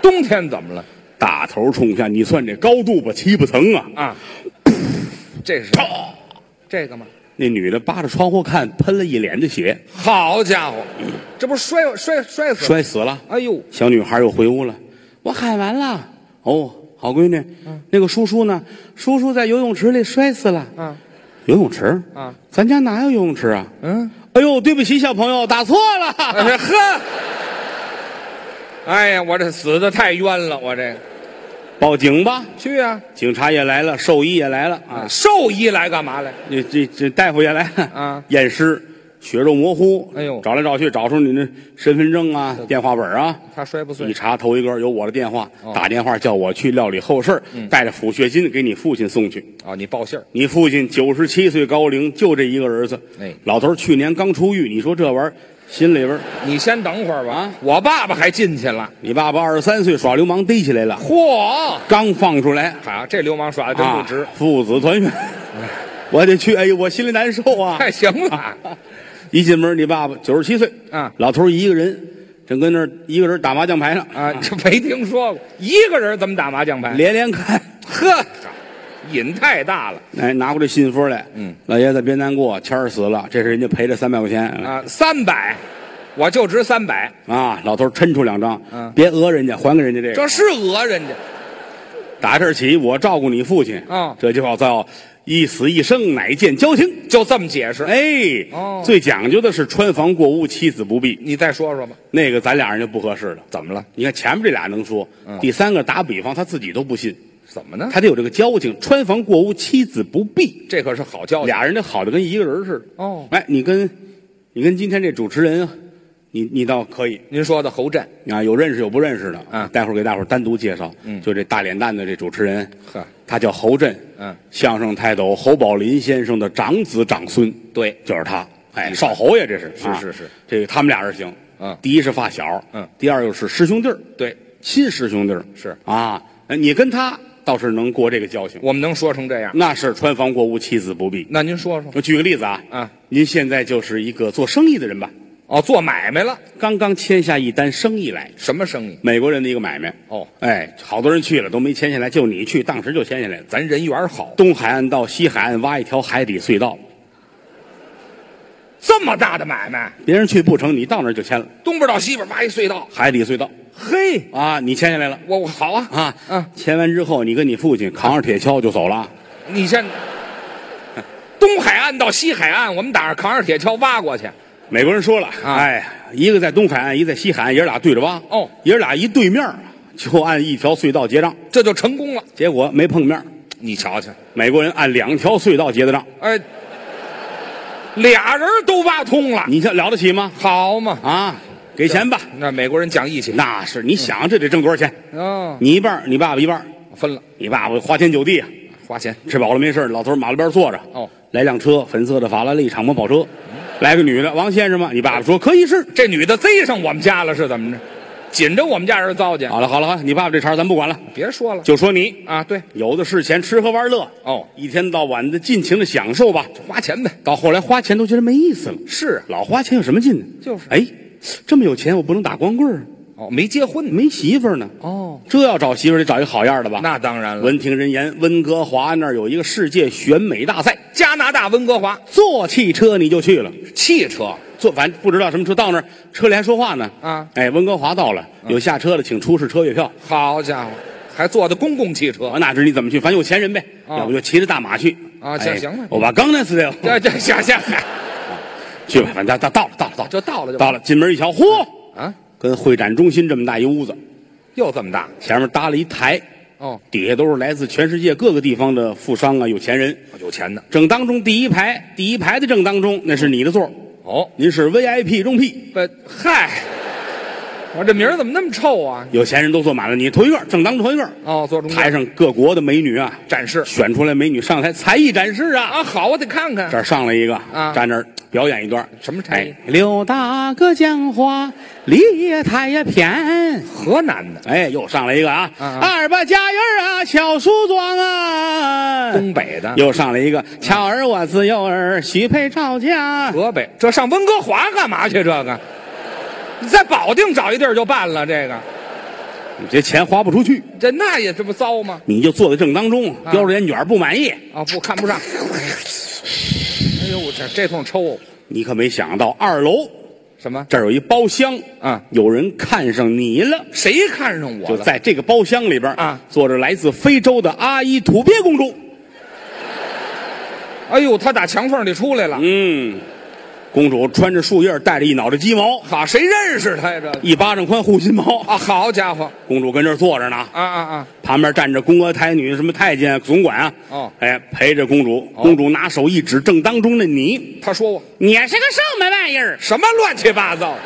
Speaker 2: 冬天怎么了？
Speaker 1: 大头冲下，你算这高度吧，七八层啊！
Speaker 2: 啊， 这是这个吗？
Speaker 1: 那女的扒着窗户看，喷了一脸的血，
Speaker 2: 好家伙，这不是摔摔摔死了？
Speaker 1: 摔死了。
Speaker 2: 哎呦，
Speaker 1: 小女孩又回屋了，我喊完了。哦，好闺女，
Speaker 2: 嗯
Speaker 1: 那个叔叔呢？叔叔在游泳池里摔死了。
Speaker 2: 啊，
Speaker 1: 游泳池
Speaker 2: 啊，
Speaker 1: 咱家哪有游泳池啊？
Speaker 2: 嗯，
Speaker 1: 哎呦，对不起，小朋友，打错了。
Speaker 2: 哎呵，哎呀，我这死的太冤了，我这个
Speaker 1: 报警吧，
Speaker 2: 去啊，
Speaker 1: 警察也来了，兽医也来了啊，
Speaker 2: 兽医来干嘛来？
Speaker 1: 这这这大夫也来了
Speaker 2: 啊
Speaker 1: 验尸，血肉模糊，
Speaker 2: 哎呦嗯
Speaker 1: 找来找去找出你那身份证啊、电话本啊，
Speaker 2: 他摔不
Speaker 1: 一
Speaker 2: 碎，
Speaker 1: 查头一个有我的电话，
Speaker 2: 哦
Speaker 1: 打电话叫我去料理后事儿，
Speaker 2: 嗯
Speaker 1: 带着抚恤金给你父亲送去。
Speaker 2: 哦，你报信儿，
Speaker 1: 你父亲九十七岁高龄，就这一个儿子。
Speaker 2: 哎
Speaker 1: 老头儿去年刚出狱，你说这玩意儿，心里边儿，
Speaker 2: 你先等会儿吧。
Speaker 1: 啊
Speaker 2: 我爸爸还进去了，
Speaker 1: 你爸爸二十三岁耍流氓逮起来了，
Speaker 2: 嚯，
Speaker 1: 刚放出来，
Speaker 2: 好，这流氓耍的真不值
Speaker 1: 啊，，父子团圆，我得去，哎呦，我心里难受啊！
Speaker 2: 太行了，
Speaker 1: 一进门，你爸爸九十七岁，
Speaker 2: 啊
Speaker 1: 老头儿一个人，正跟那儿一个人打麻将牌呢，
Speaker 2: 啊，这没听说过，一个人怎么打麻将牌？
Speaker 1: 连连看，
Speaker 2: 呵，瘾太大了
Speaker 1: 哎，拿过这信封来，嗯，老爷子别难过，谦儿死了，这是人家赔的三百块钱啊
Speaker 2: 啊！三百，我就值三百，
Speaker 1: 老头儿抻出两张，
Speaker 2: 嗯
Speaker 1: 别讹人家，还给人家这个。
Speaker 2: 这是讹人家。
Speaker 1: 打这儿起，我照顾你父亲
Speaker 2: 哦
Speaker 1: 这句话叫“一死一生，乃见交情
Speaker 2: 就这么解”。释。
Speaker 1: 哎，
Speaker 2: 哦
Speaker 1: 最讲究的是穿房过屋，妻子不避。
Speaker 2: 你再说说吧，
Speaker 1: 那个咱俩人就不合适了。
Speaker 2: 怎么了？
Speaker 1: 你看前面这俩能说，
Speaker 2: 嗯
Speaker 1: 第三个打比方他自己都不信，
Speaker 2: 怎么呢？
Speaker 1: 他得有这个交情。穿房过屋，妻子不避，
Speaker 2: 这可是好教育。
Speaker 1: 俩人得好的跟一个人似的。
Speaker 2: 哦，
Speaker 1: 哎，你跟，你跟今天这主持人啊，你你倒可以
Speaker 2: 您说的侯震，
Speaker 1: 啊，有认识有不认识的
Speaker 2: 啊
Speaker 1: 待会儿给大伙儿单独介绍。嗯，就这大脸蛋的这主持人，
Speaker 2: 呵，
Speaker 1: 他叫侯震，
Speaker 2: 嗯，
Speaker 1: 相声泰斗侯宝林先生的长子长孙，
Speaker 2: 对，
Speaker 1: 就是他。哎，少侯爷，这是
Speaker 2: 是
Speaker 1: 啊
Speaker 2: 是是，
Speaker 1: 这个他们俩人行。
Speaker 2: 嗯
Speaker 1: 第一是发小，
Speaker 2: 嗯
Speaker 1: 第二又是师兄弟儿，
Speaker 2: 对，
Speaker 1: 亲师兄弟儿
Speaker 2: 是
Speaker 1: 啊。哎你跟他倒是能过这个交情，
Speaker 2: 我们能说成这样？
Speaker 1: 那是穿房过屋，妻子不避。
Speaker 2: 那您说说
Speaker 1: 我举个例子啊，
Speaker 2: 啊？
Speaker 1: 您现在就是一个做生意的人吧，
Speaker 2: 哦，做买卖了，
Speaker 1: 刚刚签下一单生意来，
Speaker 2: 什么生意？
Speaker 1: 美国人的一个买卖。
Speaker 2: 哦，
Speaker 1: 哎，好多人去了都没签下来，就你去，当时就签下来了。
Speaker 2: 咱人缘好，
Speaker 1: 东海岸到西海岸挖一条海底隧道，
Speaker 2: 这么大的买卖，
Speaker 1: 别人去不成，你到那儿就签了
Speaker 2: 东边到西边挖一隧道，
Speaker 1: 海底隧道
Speaker 2: 嘿，
Speaker 1: 啊，你签下来了
Speaker 2: 我我好啊
Speaker 1: 啊，
Speaker 2: 嗯，
Speaker 1: 签完之后，你跟你父亲扛着铁锹就走了，
Speaker 2: 你先，东海岸到西海岸，我们打着扛着铁锹挖过去，
Speaker 1: 美国人说了，哎，一个在东海岸，一个在西海岸，爷儿俩对着挖，
Speaker 2: 啊哦
Speaker 1: 爷儿俩一对面儿就按一条隧道结账，
Speaker 2: 这就成功了。
Speaker 1: 结果没碰面儿，
Speaker 2: 你瞧瞧，
Speaker 1: 美国人按两条隧道结的账，
Speaker 2: 哎，俩人都挖通了，
Speaker 1: 你这了得起吗？
Speaker 2: 好嘛？
Speaker 1: 啊，给钱吧，
Speaker 2: 那美国人讲义气
Speaker 1: 那是你想这得挣多少钱？
Speaker 2: 哦，
Speaker 1: 你一半儿，你爸爸一半儿，
Speaker 2: 分了，
Speaker 1: 你爸爸花天酒地啊，
Speaker 2: 花钱
Speaker 1: 吃饱了没事儿老头儿马路边儿坐着，
Speaker 2: 哦。
Speaker 1: 来辆车，粉色的法拉利敞篷跑车，来个女的，王先生吗？你爸爸说可以是。
Speaker 2: 这女的贼上我们家了是怎么着？紧着我们家人糟践，
Speaker 1: 好了好了，好了，你爸爸这茬儿咱不管了，
Speaker 2: 别说了
Speaker 1: 就说你
Speaker 2: 啊！对，
Speaker 1: 有的是钱，吃喝玩乐，
Speaker 2: 哦，
Speaker 1: 一天到晚的尽情的享受吧。
Speaker 2: 花钱呗。
Speaker 1: 到后来花钱都觉得没意思了，
Speaker 2: 是
Speaker 1: 老花钱有什么劲呢？
Speaker 2: 就是
Speaker 1: 哎，这么有钱我不能打光棍儿，
Speaker 2: 哦，没结婚呢。
Speaker 1: 没媳妇儿呢。
Speaker 2: 哦，
Speaker 1: 这要找媳妇儿得找一好样儿的吧？
Speaker 2: 那当然了。
Speaker 1: 闻听人言，温哥华那儿有一个世界选美大赛，
Speaker 2: 加拿大温哥华
Speaker 1: 坐汽车你就去了。
Speaker 2: 汽车
Speaker 1: 坐反正不知道什么车，到那儿车里还说话呢。
Speaker 2: 啊，
Speaker 1: 哎，温哥华到了，有下车的请出示车月票。
Speaker 2: 好家伙，还坐的公共汽车
Speaker 1: 我，哪知你怎么去？反正有钱人呗，
Speaker 2: 啊
Speaker 1: 要不就骑着大马去
Speaker 2: 啊
Speaker 1: 哎
Speaker 2: 行了
Speaker 1: 我把钢弹死掉，
Speaker 2: 这这下下
Speaker 1: 去吧，反正到到到了到了
Speaker 2: 就到了就
Speaker 1: 到了，进门一瞧，嚯，
Speaker 2: 啊，
Speaker 1: 跟会展中心这么大一屋子，
Speaker 2: 又这么大
Speaker 1: 前面搭了一台，
Speaker 2: 哦，
Speaker 1: 底下都是来自全世界各个地方的富商啊、有钱人。
Speaker 2: 有钱的
Speaker 1: 正当中第一排，第一排的正当中，那是你的座儿
Speaker 2: 哦。
Speaker 1: 您是 VIP 中 P，
Speaker 2: 不，嗨，我这名儿怎么那么臭啊？
Speaker 1: 有钱人都坐满了你团圆儿，正当团圆儿。
Speaker 2: 哦，坐中间
Speaker 1: 台上各国的美女啊，
Speaker 2: 展示
Speaker 1: 选出来美女上台才艺展示啊。
Speaker 2: 啊，好，我得看看
Speaker 1: 这儿上来一个，
Speaker 2: 啊
Speaker 1: 站那儿表演一段
Speaker 2: 什么才艺
Speaker 1: 哎刘大哥讲话厉害呀偏。
Speaker 2: 河南的，
Speaker 1: 哎，又上来一个啊！
Speaker 2: 啊啊
Speaker 1: 二八佳人啊，小梳妆啊，
Speaker 2: 东北的，
Speaker 1: 又上来一个。巧儿我自幼儿许配赵家，
Speaker 2: 河北，这上温哥华干嘛去？这个，你在保定找一地儿就办了。这个，
Speaker 1: 你这钱花不出去，
Speaker 2: 这那也这不糟吗？
Speaker 1: 你就坐在正当中，
Speaker 2: 啊
Speaker 1: 叼着烟卷儿不满意，
Speaker 2: 啊，不看不上。哎呦，我这这通抽
Speaker 1: 你可没想到二楼
Speaker 2: 什么？
Speaker 1: 这儿有一包厢
Speaker 2: 啊，
Speaker 1: 有人看上你了。
Speaker 2: 谁看上我
Speaker 1: 就
Speaker 2: 了？
Speaker 1: 在这个包厢里边
Speaker 2: 啊
Speaker 1: 坐着来自非洲的阿依土鳖公主。
Speaker 2: 哎呦，他打墙缝里出来了。
Speaker 1: 嗯，公主穿着树叶，带着一脑袋鸡毛，
Speaker 2: 好，谁认识他呀？这个
Speaker 1: 一巴掌宽护心毛。
Speaker 2: 啊，好家伙，
Speaker 1: 公主跟这儿坐着呢，
Speaker 2: 啊啊啊！
Speaker 1: 旁边站着宫娥太女、什么太监、总管啊。
Speaker 2: 哦
Speaker 1: 哎，陪着公主。公主拿手一指正当中的你，
Speaker 2: 他说我
Speaker 1: 你是个什么玩意儿？
Speaker 2: 什么乱七八糟，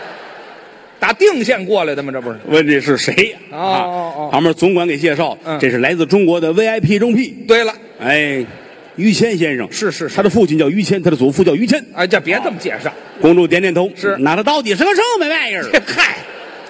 Speaker 2: 打定县过来的吗？这不是？
Speaker 1: 问这是谁
Speaker 2: 哦
Speaker 1: 啊
Speaker 2: 哦哦
Speaker 1: 旁边总管给介绍，
Speaker 2: 嗯
Speaker 1: 这是来自中国的 VIP 中 P，
Speaker 2: 对了，
Speaker 1: 哎，于谦先生
Speaker 2: 是是是
Speaker 1: 他的父亲叫于谦，他的祖父叫于谦。
Speaker 2: 哎，这别这么介绍，
Speaker 1: 公主点点头，
Speaker 2: 是
Speaker 1: 那他到底是个什么玩意儿？
Speaker 2: 嗨，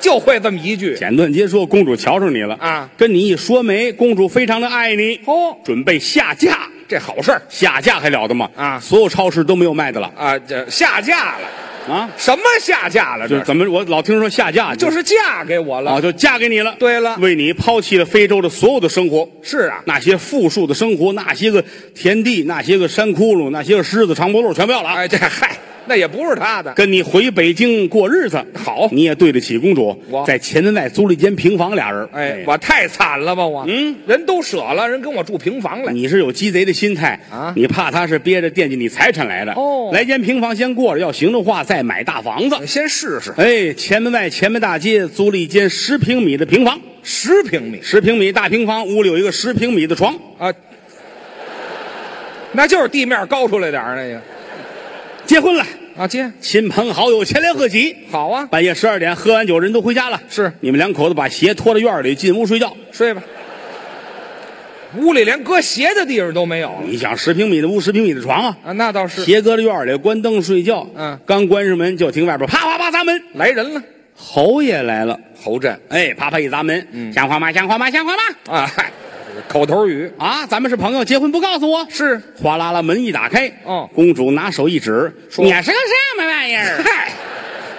Speaker 2: 就会这么一句。
Speaker 1: 简短截说，公主瞧上你了
Speaker 2: 啊
Speaker 1: 跟你一说媒，公主非常的爱你，
Speaker 2: 哦，
Speaker 1: 准备下架，
Speaker 2: 这好事儿
Speaker 1: 下架还了得吗？
Speaker 2: 啊
Speaker 1: 所有超市都没有卖的了
Speaker 2: 啊，这下架了，
Speaker 1: 啊！
Speaker 2: 什么下架了？
Speaker 1: 就
Speaker 2: 这
Speaker 1: 是怎么我老听说下架，
Speaker 2: 就是是嫁给我了。
Speaker 1: 啊，就嫁给你了。
Speaker 2: 对了
Speaker 1: 为你抛弃了非洲的所有的生活，
Speaker 2: 是啊，
Speaker 1: 那些富庶的生活，那些个田地，那些个山窟窿，那些个狮子、长脖鹿，全不要了啊！
Speaker 2: 哎，这嗨，那也不是他的。
Speaker 1: 跟你回北京过日子，
Speaker 2: 好
Speaker 1: 你也对得起公主。
Speaker 2: 我
Speaker 1: 在前门外租了一间平房，俩人。
Speaker 2: 哎，我太惨了吧我，
Speaker 1: 嗯，
Speaker 2: 人都舍了，人跟我住平房来，
Speaker 1: 你是有鸡贼的心态
Speaker 2: 啊
Speaker 1: 你怕他是憋着惦记你财产来的
Speaker 2: 哦
Speaker 1: 来间平房先过着，要行的话再买大房子。
Speaker 2: 先试试
Speaker 1: 哎，前门外前门大街租了一间十平米的平房，
Speaker 2: 十平米
Speaker 1: 十平米大平房，屋里有一个十平米的床，
Speaker 2: 啊，那就是地面高出来点儿那个
Speaker 1: 结婚了，
Speaker 2: 啊，接
Speaker 1: 亲朋好友前来贺喜。
Speaker 2: 好啊，
Speaker 1: 半夜十二点喝完酒，人都回家了。
Speaker 2: 是
Speaker 1: 你们两口子把鞋拖到院里进屋睡觉。
Speaker 2: 睡吧。屋里连搁鞋的地方都没有了
Speaker 1: 你想十平米的屋，十平米的床啊，
Speaker 2: 啊，那倒是
Speaker 1: 鞋搁到院里，关灯睡觉。
Speaker 2: 嗯
Speaker 1: 刚关上门就听外边啪啪啪砸门，
Speaker 2: 来人了，
Speaker 1: 侯爷来了。
Speaker 2: 侯震
Speaker 1: 哎，啪啪一砸门，
Speaker 2: 嗯
Speaker 1: 像话吗？像话吗？像话吗？
Speaker 2: 啊，嗨，口头语
Speaker 1: 啊，咱们是朋友，结婚不告诉我。
Speaker 2: 是
Speaker 1: 哗啦啦，门一打开，
Speaker 2: 哦
Speaker 1: 公主拿手一指，
Speaker 2: 说
Speaker 1: 你是个什么玩意儿？
Speaker 2: 嗨，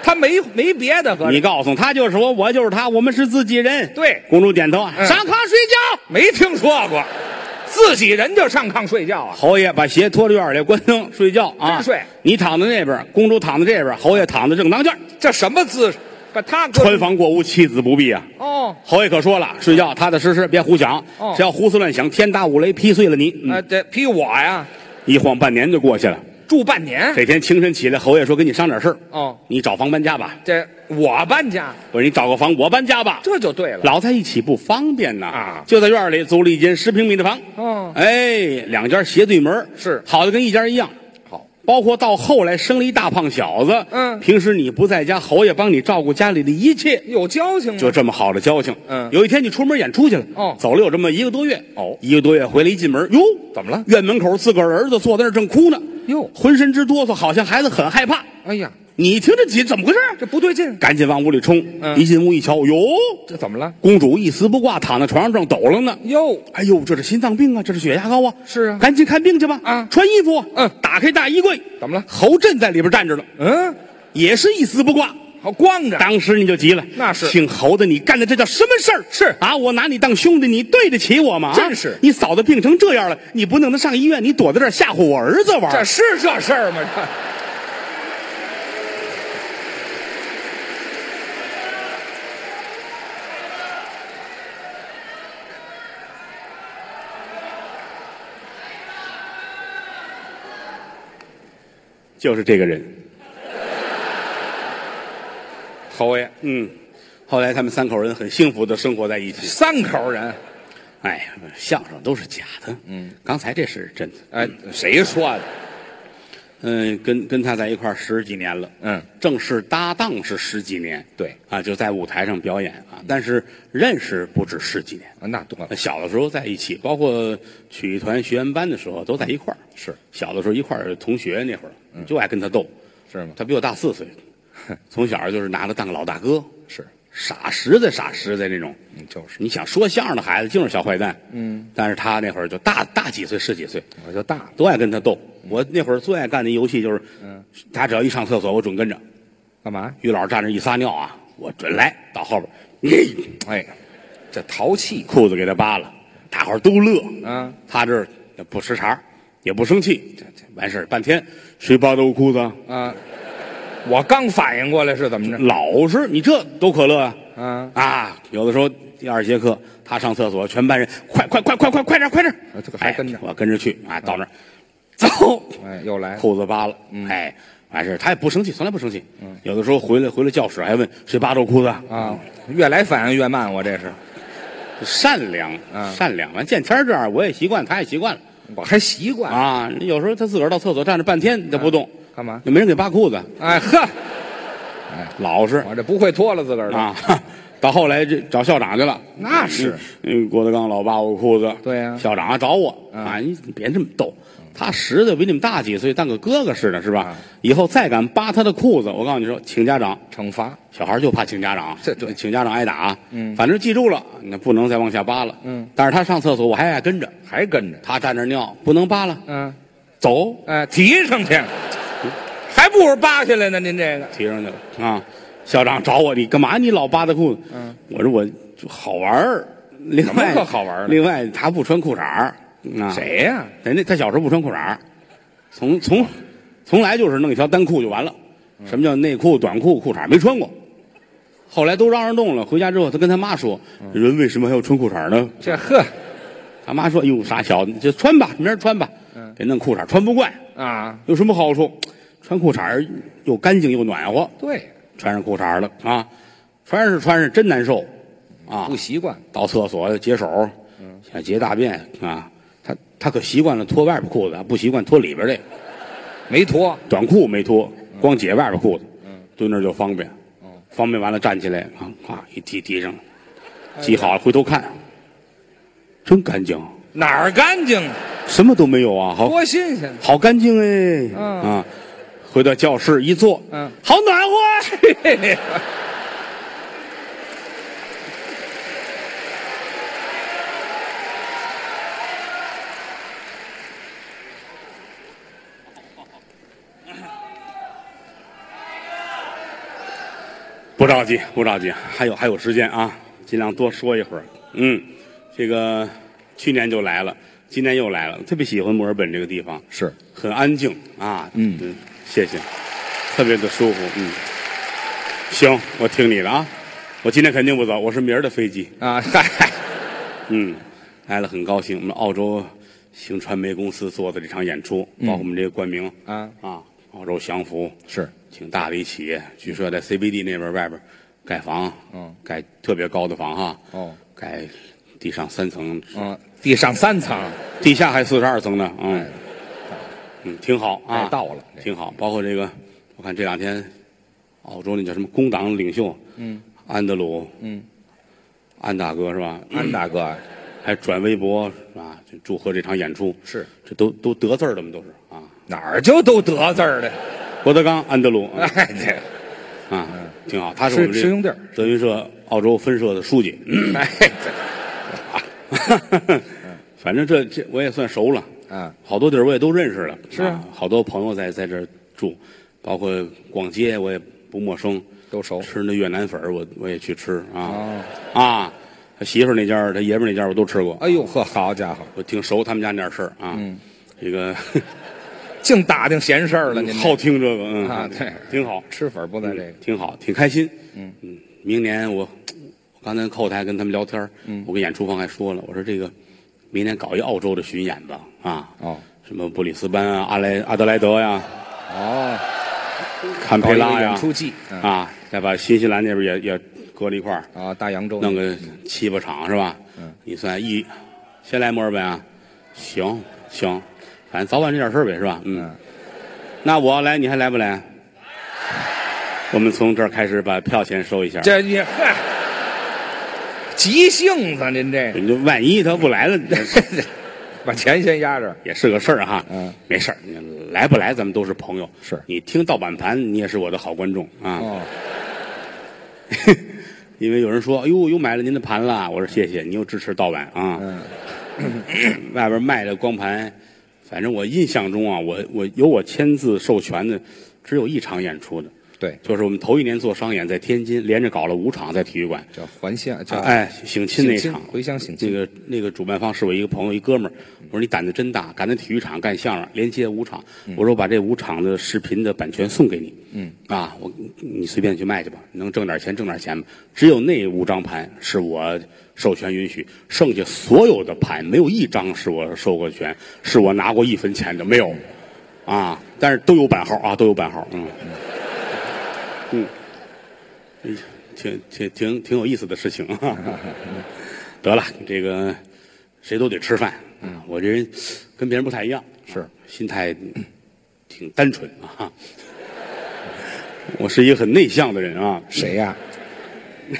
Speaker 2: 他没没别的，合
Speaker 1: 你
Speaker 2: 着
Speaker 1: 告诉他就是我，我就是他，我们是自己人。
Speaker 2: 对嗯
Speaker 1: 公主点头，上炕睡觉。
Speaker 2: 没听说过，自己人就上炕睡觉啊？
Speaker 1: 侯爷把鞋脱到院里，关灯睡觉啊。
Speaker 2: 真睡
Speaker 1: 你躺在那边，公主躺在这边，侯爷躺在正当间儿。
Speaker 2: 这什么姿势？把他搁
Speaker 1: 穿房过屋，妻子不避啊。
Speaker 2: 哦，
Speaker 1: 侯爷可说了，睡觉踏踏实实，别胡想。
Speaker 2: 哦
Speaker 1: 只要胡思乱想，天打五雷劈碎了你。嗯
Speaker 2: 啊，这批我呀，
Speaker 1: 一晃半年就过去了。
Speaker 2: 住半 年
Speaker 1: 这天清晨起来，侯爷说：“跟你商点事儿，
Speaker 2: 哦，
Speaker 1: 你找房搬家吧。
Speaker 2: 这我搬家，
Speaker 1: 我说你找个房，我搬家吧。
Speaker 2: 这就对了。
Speaker 1: 老在一起不方便呐。
Speaker 2: 啊
Speaker 1: 就在院里租了一间十平米的房。
Speaker 2: 哦
Speaker 1: 哎，两家斜对门，
Speaker 2: 是
Speaker 1: 好的跟一家一样。
Speaker 2: 好，
Speaker 1: 包括到后来生了一大胖小子，
Speaker 2: 嗯
Speaker 1: 平时你不在家，侯爷帮你照顾家里的一切，
Speaker 2: 有交情啊
Speaker 1: 就
Speaker 2: 吗？
Speaker 1: 这么好的交情。
Speaker 2: 嗯
Speaker 1: 有一天你出门演出去了，
Speaker 2: 哦
Speaker 1: 走了有这么一个多月，
Speaker 2: 哦
Speaker 1: 一个多月回来一进门，哟，
Speaker 2: 怎么了
Speaker 1: 院门口自个儿儿子坐在那儿正哭呢，
Speaker 2: 哟
Speaker 1: 浑身直哆嗦，好像孩子很害怕。
Speaker 2: 哎呀，
Speaker 1: 你一听这几怎么回事儿？
Speaker 2: 这不对劲，
Speaker 1: 赶紧往屋里冲。
Speaker 2: 嗯
Speaker 1: 一进屋一瞧，哟，
Speaker 2: 这怎么了？
Speaker 1: 公主一丝不挂，躺在床上正抖楞呢。
Speaker 2: 哟，
Speaker 1: 哎呦，这是心脏病啊，这是血压高啊！
Speaker 2: 是啊
Speaker 1: 赶紧看病去吧！
Speaker 2: 啊
Speaker 1: 穿衣服啊！
Speaker 2: 嗯
Speaker 1: 打开大衣柜，
Speaker 2: 怎么了
Speaker 1: 侯震在里边站着呢，
Speaker 2: 嗯，
Speaker 1: 也是一丝不挂。
Speaker 2: 好光着，
Speaker 1: 当时你就急了，
Speaker 2: 那是
Speaker 1: 姓侯的，你干的这叫什么事儿？
Speaker 2: 是
Speaker 1: 啊，我拿你当兄弟，你对得起我吗？啊
Speaker 2: 真是
Speaker 1: 你嫂子病成这样了，你不弄她上医院，你躲在这儿吓唬我儿子玩
Speaker 2: 这
Speaker 1: 儿？啊
Speaker 2: 是这事儿吗？这
Speaker 1: 就是这个人，
Speaker 2: 侯爷，啊
Speaker 1: 嗯，后来他们三口人很幸福的生活在一起。
Speaker 2: 三口人，
Speaker 1: 哎，相声都是假的。嗯，刚才这是真的。
Speaker 2: 哎，谁说的？
Speaker 1: 嗯，跟跟他在一块儿十几年了。
Speaker 2: 嗯，
Speaker 1: 正式搭档是十几年。
Speaker 2: 对
Speaker 1: 啊，就在舞台上表演啊，但是认识不止十几年。
Speaker 2: 啊那多了，
Speaker 1: 小的时候在一起，包括曲艺团学员班的时候都在一块儿。
Speaker 2: 是
Speaker 1: 小的时候一块儿同学那会
Speaker 2: 嗯
Speaker 1: 儿，就爱跟他斗。
Speaker 2: 是吗？
Speaker 1: 他比我大四岁，从小就是拿他当老大哥，
Speaker 2: 是，
Speaker 1: 傻实在傻实在那种。
Speaker 2: 嗯，就是，
Speaker 1: 你想说相声的孩子就是小坏蛋，嗯，但是他那会儿就大大几岁是几岁，
Speaker 2: 我就大了，
Speaker 1: 都爱跟他斗。我那会儿最爱干的游戏就是，
Speaker 2: 嗯，
Speaker 1: 他只要一上厕所，我准跟着。
Speaker 2: 干嘛？
Speaker 1: 于老师站着一撒尿啊，我准来到后边，咦，
Speaker 2: 哎，这淘气
Speaker 1: 裤子给他扒了，大伙儿都乐。
Speaker 2: 啊，
Speaker 1: 他这儿也不吃茬儿，也不生气，这这完事儿半天，谁扒的我裤子啊？
Speaker 2: 啊！我刚反应过来是怎么着？
Speaker 1: 老实，你这多可乐啊！
Speaker 2: 啊，
Speaker 1: 啊，有的时候第二节课他上厕所，全班人快快快快快快点快点
Speaker 2: 啊这个，还跟着
Speaker 1: 哎我跟着去啊，到那儿走，
Speaker 2: 哎，嗯又来了，
Speaker 1: 裤子扒了，哎，完事儿他也不生气，从来不生气，有的时候回来回来教室还问谁扒着我裤子啊
Speaker 2: 嗯啊，越来反应越慢，我这是，
Speaker 1: 善良
Speaker 2: 嗯，
Speaker 1: 善良，完见天儿这样我也习惯，他也习惯了
Speaker 2: 我还习惯。
Speaker 1: 啊。有时候他自个儿到厕所站着半天他不动，
Speaker 2: 干嘛？
Speaker 1: 也没人给扒裤子，
Speaker 2: 哎呵，
Speaker 1: 老实
Speaker 2: 我这不会脱了自个儿的。
Speaker 1: 啊。 到后来这找校长去了，
Speaker 2: 那是
Speaker 1: 嗯，嗯，郭德纲老扒我裤子，
Speaker 2: 对呀
Speaker 1: 校长找我
Speaker 2: 嗯
Speaker 1: 啊，你别这么逗，他实在比你们大几岁，当个哥哥似的，是吧
Speaker 2: 啊？
Speaker 1: 以后再敢扒他的裤子，我告诉你说，请家长，
Speaker 2: 惩罚，
Speaker 1: 小孩就怕请家长，
Speaker 2: 这 对
Speaker 1: 请家长挨打，嗯，反正记住了，那不能再往下扒了，
Speaker 2: 嗯，
Speaker 1: 但是他上厕所我还爱跟着，
Speaker 2: 还跟着。
Speaker 1: 他站那儿尿不能扒了，
Speaker 2: 嗯，
Speaker 1: 走
Speaker 2: 哎，提上去，还不如扒下来呢。您这个
Speaker 1: 提上去了啊，校长找我，你干嘛？你老扒他裤子，嗯，我说我就好玩儿，另
Speaker 2: 怎么
Speaker 1: 外
Speaker 2: 可好玩儿了
Speaker 1: 另外他不穿裤衩儿，嗯啊？
Speaker 2: 谁呀、
Speaker 1: 人家他小时候不穿裤衩儿从从从来就是弄一条单裤就完了。
Speaker 2: 嗯
Speaker 1: 什么叫内裤、短裤、裤衩儿没穿过？后来都嚷嚷动了，回家之后他跟他妈说：“
Speaker 2: 嗯
Speaker 1: 人为什么还要穿裤衩儿呢
Speaker 2: 这呵？”
Speaker 1: 他妈说：“哎呦，傻小子，你就穿吧，明儿穿吧，
Speaker 2: 嗯
Speaker 1: 别弄裤衩儿穿不惯，
Speaker 2: 啊，
Speaker 1: 有什么好处？穿裤衩儿又干净又暖和。
Speaker 2: 对，
Speaker 1: 穿上裤衩儿了啊，穿上是穿上真难受啊
Speaker 2: 不！习惯。
Speaker 1: 到厕所解手，想解大便啊，他他可习惯了脱外边裤子，不习惯脱里边这个。”
Speaker 2: 没脱，
Speaker 1: 短裤没脱，
Speaker 2: 嗯
Speaker 1: 光解外边裤子，蹲那儿就方便。方便完了站起来啊，啊一提提上，
Speaker 2: 哎
Speaker 1: 系好了回头看，真干净，
Speaker 2: 哪儿干净？
Speaker 1: 什么都没有啊，好
Speaker 2: 多新鲜！
Speaker 1: 好干净哎
Speaker 2: 嗯
Speaker 1: 啊！回到教室一坐，
Speaker 2: 嗯
Speaker 1: 好暖和啊。
Speaker 2: 嘿嘿
Speaker 1: 不着急，不着急，还有还有时间啊，尽量多说一会儿。嗯，这个去年就来了，今年又来了，特别喜欢墨尔本这个地方。
Speaker 2: 是
Speaker 1: 很安静啊，
Speaker 2: 嗯
Speaker 1: 谢谢，特别的舒服，嗯，行，我听你的啊，我今天肯定不走，我是明儿的飞机，
Speaker 2: 啊，嗨，
Speaker 1: 嗯，来了很高兴，我们澳洲行传媒公司做的这场演出，包括我们这个冠名
Speaker 2: 嗯啊
Speaker 1: 啊，澳洲祥符
Speaker 2: 是
Speaker 1: 挺大的一企业，据说在 CBD 那边外边盖房，
Speaker 2: 嗯，
Speaker 1: 盖特别高的房哈，
Speaker 2: 哦，
Speaker 1: 盖地上三层，
Speaker 2: 嗯，地上三层，
Speaker 1: 地下还四十二层呢，嗯，嗯，挺好啊，
Speaker 2: 哎哎到了这
Speaker 1: 挺好。包括这个，我看这两天，澳洲那叫什么工党领袖，嗯，安德鲁，
Speaker 2: 嗯，
Speaker 1: 安大哥是吧？
Speaker 2: 安大哥
Speaker 1: 还转微博是吧？就祝贺这场演出，
Speaker 2: 是
Speaker 1: 这都都得字儿的嘛，都是啊。
Speaker 2: 哪儿就都得字儿的，
Speaker 1: 郭德纲、安德鲁啊
Speaker 2: 哎，这
Speaker 1: 啊，挺好。他是我们
Speaker 2: 哎师
Speaker 1: 这
Speaker 2: 师兄弟儿
Speaker 1: 德云社澳洲分社的书记，
Speaker 2: 哎这
Speaker 1: 反正这这我也算熟了。
Speaker 2: 啊，
Speaker 1: 好多地儿我也都认识了，
Speaker 2: 是啊
Speaker 1: 好多朋友在在这儿住，包括逛街我也不陌生，
Speaker 2: 都熟
Speaker 1: 吃那越南粉儿我我也去吃啊、
Speaker 2: 哦，
Speaker 1: 啊，他媳妇儿那家儿他爷们儿那家儿我都吃过，
Speaker 2: 哎呦呵，好家伙，
Speaker 1: 我挺熟他们家那点事儿啊。
Speaker 2: 嗯
Speaker 1: 这个
Speaker 2: 净打听闲事儿了，您这
Speaker 1: 好听这个，嗯
Speaker 2: 啊对
Speaker 1: 挺好，
Speaker 2: 吃粉不在这个
Speaker 1: 嗯挺好，挺开心。嗯明年我我刚才后台跟他们聊天儿，
Speaker 2: 嗯
Speaker 1: 我跟演出方还说了，我说这个明年搞一澳洲的巡演吧啊，
Speaker 2: 哦
Speaker 1: 什么布里斯班啊、阿莱阿德莱德呀、
Speaker 2: 哦，
Speaker 1: 堪培拉呀啊
Speaker 2: 搞一个演出季嗯
Speaker 1: 啊，再把新西兰那边也也搁了一块儿，
Speaker 2: 啊，大洋洲
Speaker 1: 弄个七八场是吧？嗯，你算一，先来墨尔本啊？行行，反正早晚这点事儿呗，是吧？嗯
Speaker 2: 嗯，
Speaker 1: 那我要来，你还来不来？我们从这儿开始把票钱收一下。
Speaker 2: 这你嗨，急性子您这
Speaker 1: 你就万一他不来了，
Speaker 2: 把钱先压着，
Speaker 1: 也是个事儿哈。
Speaker 2: 嗯，
Speaker 1: 没事儿，你来不来咱们都是朋友。
Speaker 2: 是
Speaker 1: 你听盗版盘，你也是我的好观众啊。
Speaker 2: 哦，
Speaker 1: 因为有人说：“哎呦，又买了您的盘了。”我说：“谢谢，你又支持盗版啊。
Speaker 2: 嗯
Speaker 1: 外边卖的光盘，反正我印象中啊，我我有我签字授权的，只有一场演出的，
Speaker 2: 对，
Speaker 1: 就是我们头一年做商演，在天津连着搞了五场，在体育馆。
Speaker 2: 叫还乡，叫
Speaker 1: 哎，省亲那
Speaker 2: 亲
Speaker 1: 场，
Speaker 2: 回乡省
Speaker 1: 那
Speaker 2: 亲，
Speaker 1: 个那个主办方是我一个朋友一哥们儿，我说你胆子真大，敢在体育场干相声，连接五场。
Speaker 2: 嗯
Speaker 1: 我说我把这五场的视频的版权送给你，嗯啊，我你随便去卖去吧，能挣点钱挣点钱吧。只有那五张盘是我授权允许，剩下所有的盘没有一张是我授过权，是我拿过一分钱的没有，啊，但是都有版号啊，都有版号，嗯嗯，哎呀挺挺挺挺有意思的事情啊。得了，这个谁都得吃饭。嗯，我这人跟别人不太一样，
Speaker 2: 是
Speaker 1: 心态挺单纯啊。 我是一个很内向的人啊，
Speaker 2: 谁呀？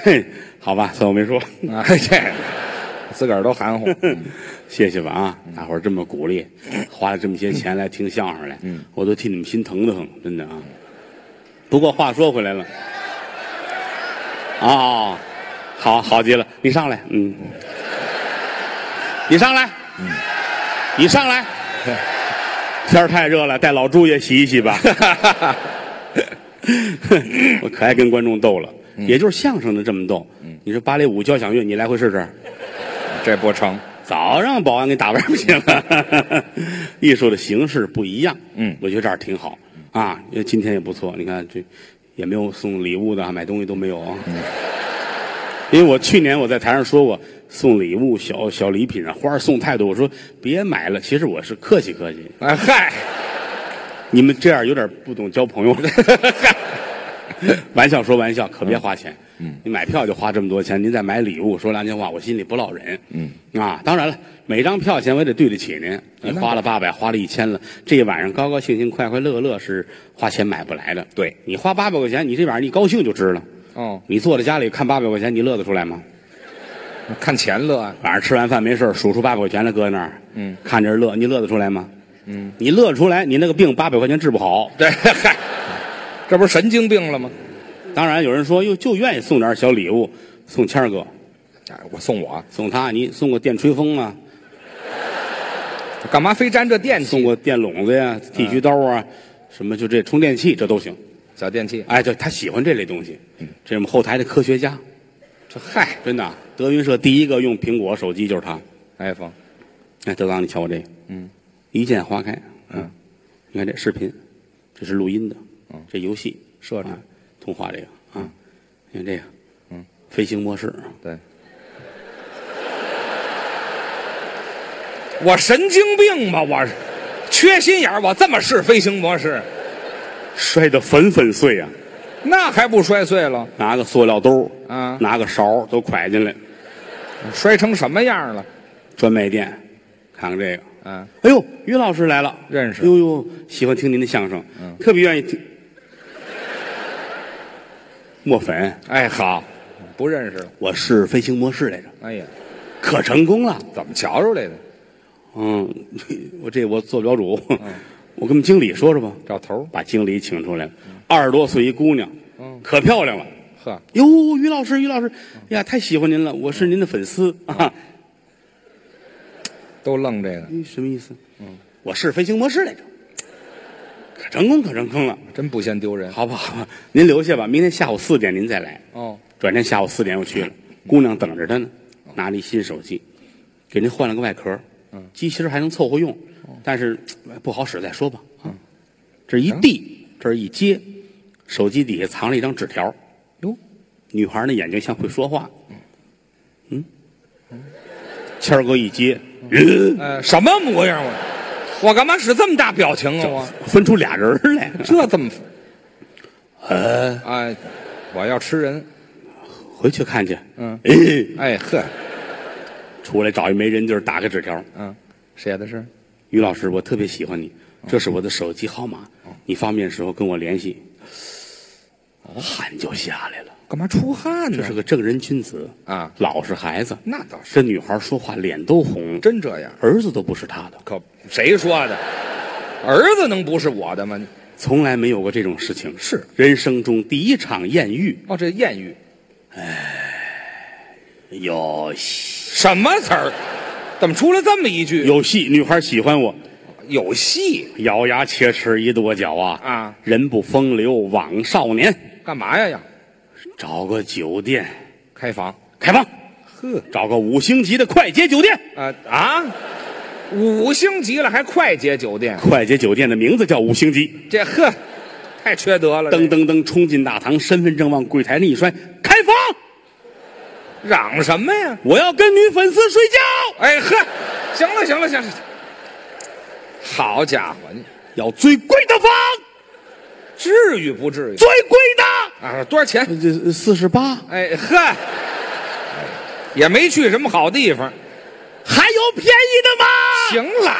Speaker 1: 嘿，好吧，算我没说，
Speaker 2: 啊， 这自个儿都含糊，嗯
Speaker 1: 谢谢吧啊！大伙儿这么鼓 励，花了这么些钱来听相声来，嗯，我都替你们心疼的很，真的啊。不过话说回来了，啊、好好极了，你上来，嗯，你上来，你上 来，天儿太热了，带老朱也洗一洗 吧。我可爱跟观众逗了，也就是相声的这么逗。你说芭蕾舞、交响乐，你来回试试。
Speaker 2: 这不成，
Speaker 1: 早让保安给打外边去了。啊 艺术的形式不一样，
Speaker 2: 嗯
Speaker 1: 我觉得这儿挺好啊。因为今天也不错，你看这也没有送礼物的，买东西都没有啊。因为我去年我在台上说过，送礼物、小小礼品啊、花儿送太多，我说别买了。其实我是客气客气，
Speaker 2: 哎嗨，
Speaker 1: 你们这样有点不懂交朋友 了。玩笑说玩笑，可别花钱。嗯，你买票就花这么多钱，您再买礼物，说良心话，我心里不落忍。嗯，哎啊，当然了，每张票钱我也得对得起您。你花了八百，花了一千了，这一晚上高高兴兴、快快乐乐是花钱买不来的。
Speaker 2: 对
Speaker 1: 你花八百块钱，你这晚上一高兴就值了。
Speaker 2: 哦，
Speaker 1: 你坐在家里看八百块钱，你乐得出来吗？
Speaker 2: 看钱乐啊，
Speaker 1: 晚上吃完饭没事儿数出八百块钱来搁那儿，
Speaker 2: 嗯，
Speaker 1: 看着人乐，你乐得出来吗？嗯，你乐得出来，你那个病八百块钱治不好。
Speaker 2: 对，嗨，这不是神经病了吗？
Speaker 1: 当然有人说，哟，就愿意送点小礼物，送谦儿哥，
Speaker 2: 哎，我送我，
Speaker 1: 送他，你送个电吹风啊，
Speaker 2: 干嘛非沾这电器？
Speaker 1: 送个电笼子呀、剃须刀啊，什么就这充电器，这都行。
Speaker 2: 小电器，
Speaker 1: 哎，对，他喜欢这类东西。这是我们后台的科学家，
Speaker 2: 这嗨
Speaker 1: 真的，啊德云社第一个用苹果手机就是他。
Speaker 2: ，iPhone，
Speaker 1: 哎，德刚，你瞧我这个，嗯，一剑花开，嗯，你看这视频，这是录音的，嗯，这游戏设置、啊通话这个啊，你看这个，嗯，飞行模式，
Speaker 2: 对，我神经病吧？我是缺心眼儿，我这么试飞行模式，
Speaker 1: 摔得粉粉碎啊。
Speaker 2: 那还不摔碎了？
Speaker 1: 拿个塑料兜儿
Speaker 2: 啊
Speaker 1: 拿个勺儿都蒯进来。
Speaker 2: 摔成什么样了？
Speaker 1: 专卖店，看看这个。
Speaker 2: 啊，
Speaker 1: 哎呦，于老师来了，
Speaker 2: 认识嗯
Speaker 1: 呦呦，喜欢听您的相声，特别愿意听。墨粉，
Speaker 2: 哎，好，不认识了。
Speaker 1: 我试飞行模式来着，
Speaker 2: 哎呀，
Speaker 1: 可成功了。
Speaker 2: 怎么瞧出来的？
Speaker 1: 嗯， 我这我做不了主，
Speaker 2: 嗯
Speaker 1: 我跟我们经理说说吧，
Speaker 2: 找头儿，
Speaker 1: 把经理请出来了。二十多岁一姑娘，
Speaker 2: 嗯
Speaker 1: 可漂亮了。
Speaker 2: 呵，
Speaker 1: 哟，于老师，于老师，哎呀，太喜欢您了，我是您的粉丝
Speaker 2: 嗯
Speaker 1: 啊。
Speaker 2: 都愣这个，
Speaker 1: 哎，什么意思？嗯，我试飞行模式来着，可成功可成功了，
Speaker 2: 真不嫌丢人。
Speaker 1: 好不好？您留下吧，明天下午四点您再来。
Speaker 2: 哦，
Speaker 1: 转天下午四点我去了，姑娘等着他呢，拿了一新手机，给您换了个外壳，嗯，机芯儿还能凑合用，但是哎不好使，再说吧。啊，这一递，这一接，手机底下藏了一张纸条，
Speaker 2: 哟，
Speaker 1: 女孩那眼睛像会说话，嗯，谦儿哥一接，嗯
Speaker 2: 呃，什么模样我？我干嘛使这么大表情啊？我
Speaker 1: 分出俩人儿来。
Speaker 2: 这怎么？呃，哎，我要吃人，
Speaker 1: 回去看去。
Speaker 2: 嗯
Speaker 1: 哎，
Speaker 2: 哎呵，
Speaker 1: 出来找一没人地儿，打开纸条，
Speaker 2: 嗯，写的是
Speaker 1: 于老师，我特别喜欢你，
Speaker 2: 嗯
Speaker 1: 这是我的手机号码，
Speaker 2: 哦
Speaker 1: 你方便的时候跟我联系。
Speaker 2: 哦
Speaker 1: 汗就下来了，
Speaker 2: 干嘛出汗
Speaker 1: 这
Speaker 2: 呢
Speaker 1: 是？个正人君子
Speaker 2: 啊
Speaker 1: 老实孩子。
Speaker 2: 那倒是
Speaker 1: 跟女孩说话脸都红，
Speaker 2: 真这样，
Speaker 1: 儿子都不是他的，
Speaker 2: 可谁说的？儿子能不是我的吗？
Speaker 1: 从来没有过这种事情。
Speaker 2: 是
Speaker 1: 人生中第一场艳遇，
Speaker 2: 哦，这谚语
Speaker 1: 有
Speaker 2: 什么词儿？怎么出来这么一句？
Speaker 1: 有戏，女孩喜欢我，
Speaker 2: 有有戏
Speaker 1: 咬牙切齿一跺脚啊
Speaker 2: 啊？
Speaker 1: 人不风流枉少年，
Speaker 2: 干嘛呀呀？
Speaker 1: 找个酒店
Speaker 2: 开房？
Speaker 1: 开房，
Speaker 2: 呵
Speaker 1: 找个五星级的快捷酒店。
Speaker 2: 啊啊！五星级了还快捷酒店？
Speaker 1: 快捷酒店的名字叫五星级。
Speaker 2: 这呵，太缺德了！
Speaker 1: 噔噔噔，冲进大堂，身份证往柜台那一摔，开房！
Speaker 2: 嚷什么呀？
Speaker 1: 我要跟女粉丝睡觉，
Speaker 2: 哎呵，行了行了行了，行了好家伙，你
Speaker 1: 要最贵的房，
Speaker 2: 至于不至于
Speaker 1: 最贵的，
Speaker 2: 啊？多少钱？
Speaker 1: 这四十八，
Speaker 2: 哎呵，也没去什么好地方。
Speaker 1: 还有便宜的吗？
Speaker 2: 行了，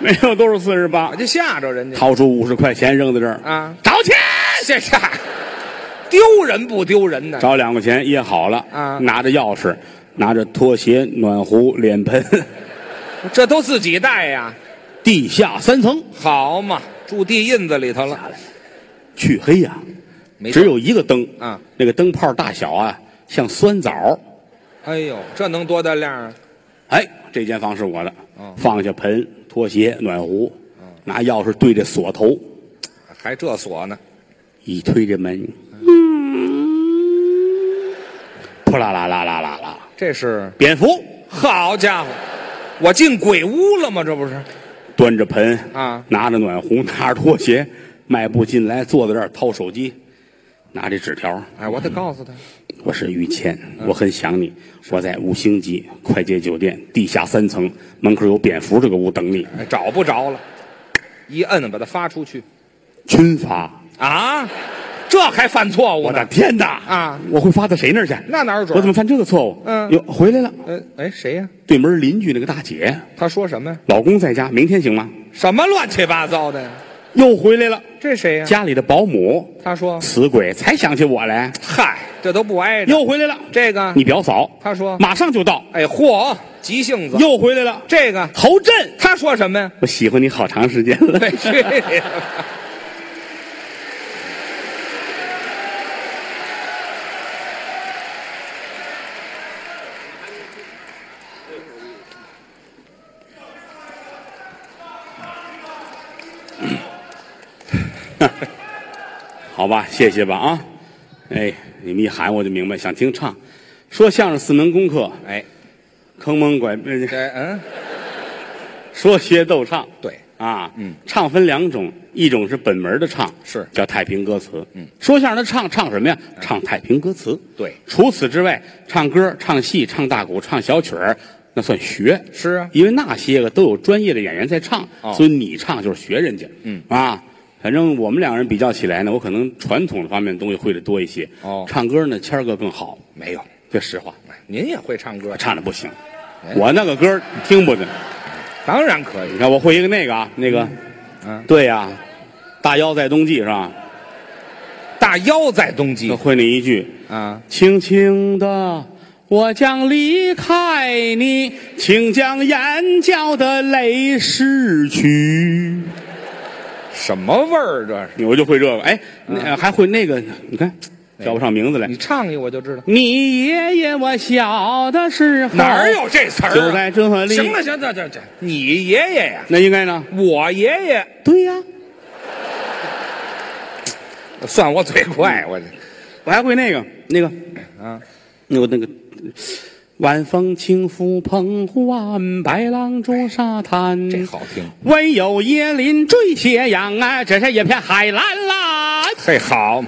Speaker 1: 没有，都是四十八
Speaker 2: 我。就吓着人家。
Speaker 1: 掏出五十块钱扔在这儿
Speaker 2: 啊，
Speaker 1: 找钱，
Speaker 2: 这下丢人不丢人呢？
Speaker 1: 找两块钱掖好了
Speaker 2: 啊
Speaker 1: 拿着钥匙，拿着拖鞋、暖壶、脸盆，
Speaker 2: 这都自己带呀，
Speaker 1: 地下三层，
Speaker 2: 好嘛，住地印子里头了。
Speaker 1: 黢黑呀、
Speaker 2: 没错
Speaker 1: 只有一个灯
Speaker 2: 啊，
Speaker 1: 那个灯泡大小啊，像酸枣。
Speaker 2: 哎呦，这能多大量啊？
Speaker 1: 哎，这间房是我的，
Speaker 2: 哦
Speaker 1: 放下盆、拖鞋、暖壶，拿钥匙对着锁头，
Speaker 2: 还这锁呢？
Speaker 1: 一推这门，
Speaker 2: 嗯
Speaker 1: 扑啦啦啦啦啦啦，
Speaker 2: 这是
Speaker 1: 蝙蝠
Speaker 2: 好家伙，我进鬼屋了吗？这不是？
Speaker 1: 端着盆
Speaker 2: 啊
Speaker 1: 拿着暖壶，拿着拖鞋，迈步进来，坐在这儿掏手机，拿这纸条，
Speaker 2: 哎，我得告诉他，
Speaker 1: 我是于谦，
Speaker 2: 嗯
Speaker 1: 我很想你，我在五星级快捷酒店地下三层，门口有蝙蝠这个屋等你，
Speaker 2: 哎，找不着了，一摁把他发出去
Speaker 1: 群发。
Speaker 2: 啊，这还犯错误
Speaker 1: 我的
Speaker 2: 呢？
Speaker 1: 天哪！
Speaker 2: 啊，
Speaker 1: 我会发到谁那儿去？
Speaker 2: 那哪有准？
Speaker 1: 我怎么？犯这个错误？
Speaker 2: 嗯
Speaker 1: 哟，回来了。
Speaker 2: 呃，哎，谁呀、
Speaker 1: 对门邻居那个大姐，
Speaker 2: 他说什么呀？
Speaker 1: 老公在家，明天行吗？
Speaker 2: 什么乱七八糟的呀？
Speaker 1: 又回来了。
Speaker 2: 这谁呀、
Speaker 1: 家里的保姆，
Speaker 2: 他说，
Speaker 1: 死鬼才想起我来，
Speaker 2: 嗨，这都不挨着。
Speaker 1: 又回来了。
Speaker 2: 这个，
Speaker 1: 你表嫂，
Speaker 2: 他说，
Speaker 1: 马上就到，
Speaker 2: 哎，嚯，急性子。
Speaker 1: 又回来了。
Speaker 2: 这个，
Speaker 1: 侯震，
Speaker 2: 他说什么呀？
Speaker 1: 我喜欢你好长时间了。
Speaker 2: 哎去你的吧！
Speaker 1: 好吧，谢谢吧啊。哎，你们一喊我就明白，想听唱，说相声四门功课，
Speaker 2: 哎，
Speaker 1: 坑蒙拐骗，
Speaker 2: 这嗯，
Speaker 1: 说学逗唱。
Speaker 2: 对，
Speaker 1: 啊，
Speaker 2: 嗯，
Speaker 1: 唱分两种，一种是本门的唱，
Speaker 2: 是嗯
Speaker 1: 叫太平歌词，嗯，说相声的唱唱什么呀？唱太平歌词。
Speaker 2: 对
Speaker 1: 除此之外，唱歌、唱戏、唱大鼓、唱小曲儿，那算学。
Speaker 2: 是啊
Speaker 1: 因为那些个都有专业的演员在唱，
Speaker 2: 哦
Speaker 1: 所以你唱就是学人家，嗯啊。反正我们两人比较起来呢，我可能传统方面的东西会的多一些。
Speaker 2: 哦
Speaker 1: 唱歌呢，谦儿哥更好，
Speaker 2: 没有。
Speaker 1: 这实话，
Speaker 2: 您也会唱歌？
Speaker 1: 唱的不行。
Speaker 2: 哎
Speaker 1: 我那个歌儿听不得，
Speaker 2: 当然可以
Speaker 1: 你。看我会一个那个啊，那个，
Speaker 2: 嗯
Speaker 1: 对呀、大腰在冬季是吧？
Speaker 2: 大腰在冬季
Speaker 1: 就会那一句，
Speaker 2: 啊，
Speaker 1: 轻轻的，我将离开你，请将眼角的泪拭去。
Speaker 2: 什么味儿这是？
Speaker 1: 我就会这个，哎，那呃还会那个，你看叫不上名字来
Speaker 2: 嗯你。唱一我就知道。
Speaker 1: 你爷爷我小的时候
Speaker 2: 哪儿有这词儿、啊？
Speaker 1: 就在这里？
Speaker 2: 行了，行了，这这，你爷爷呀，
Speaker 1: 那应该呢？
Speaker 2: 我爷爷，
Speaker 1: 对呀、
Speaker 2: 算我嘴快，我这
Speaker 1: 我还会那个那个
Speaker 2: 啊，
Speaker 1: 那个那个。晚风轻拂澎湖湾，白浪逐沙滩。
Speaker 2: 这好听。
Speaker 1: 唯有椰林缀斜阳啊，这是一片海蓝蓝。
Speaker 2: 嘿，好，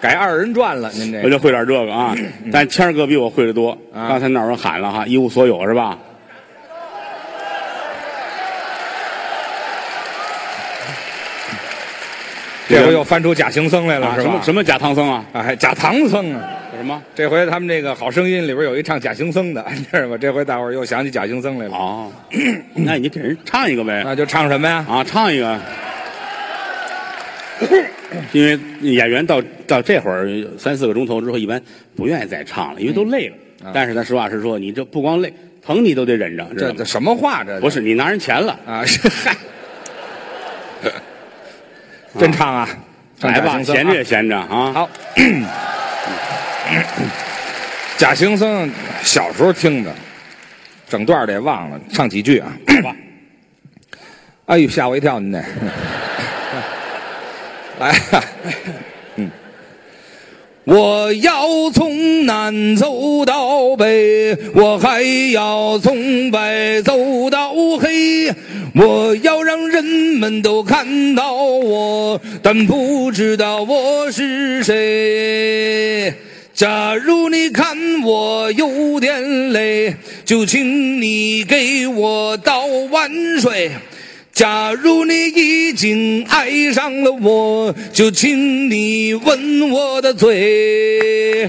Speaker 2: 改二人转了，您这
Speaker 1: 我就会点这个啊，但谦儿哥比我会的多。
Speaker 2: 哎嗯啊
Speaker 1: 刚才那有人喊了哈，一无所有是吧？
Speaker 2: 这回又翻出假行僧来了，
Speaker 1: 啊，
Speaker 2: 是
Speaker 1: 什
Speaker 2: 吧？
Speaker 1: 么什么假唐僧啊？啊
Speaker 2: 么哎，假唐僧啊，
Speaker 1: 有什么？
Speaker 2: 这回他们这个《好声音》里边有一唱贾行僧的， 你知道吗？这回大伙儿又想起贾行僧来了。
Speaker 1: 哦，那你给人唱一个呗。
Speaker 2: 那就唱什么呀？
Speaker 1: 啊，唱一个。因为演员到到这会儿三四个钟头之后，一般不愿意再唱了，因为
Speaker 2: 嗯
Speaker 1: 都累了。
Speaker 2: 啊
Speaker 1: 但是咱实话实说，你这不光累，疼你都得忍着，知道
Speaker 2: 这
Speaker 1: 吗
Speaker 2: 这？什么话？这
Speaker 1: 不是你拿人钱了，
Speaker 2: 啊？ 是嗨，真唱啊！唱
Speaker 1: 来
Speaker 2: 贾
Speaker 1: 吧，
Speaker 2: 行僧啊
Speaker 1: 闲着也闲着啊。
Speaker 2: 好。 贾行僧小时候听的，整段儿得忘了，唱几句啊。
Speaker 1: 吧
Speaker 2: 哎呦，吓我一跳！您这，来啊，嗯，我要从南走到北，我还要从北走到黑，我要让人们都看到我，但不知道我是谁。假如你看我有点累，就请你给我倒碗水。假如你已经爱上了我，就请你吻我的嘴。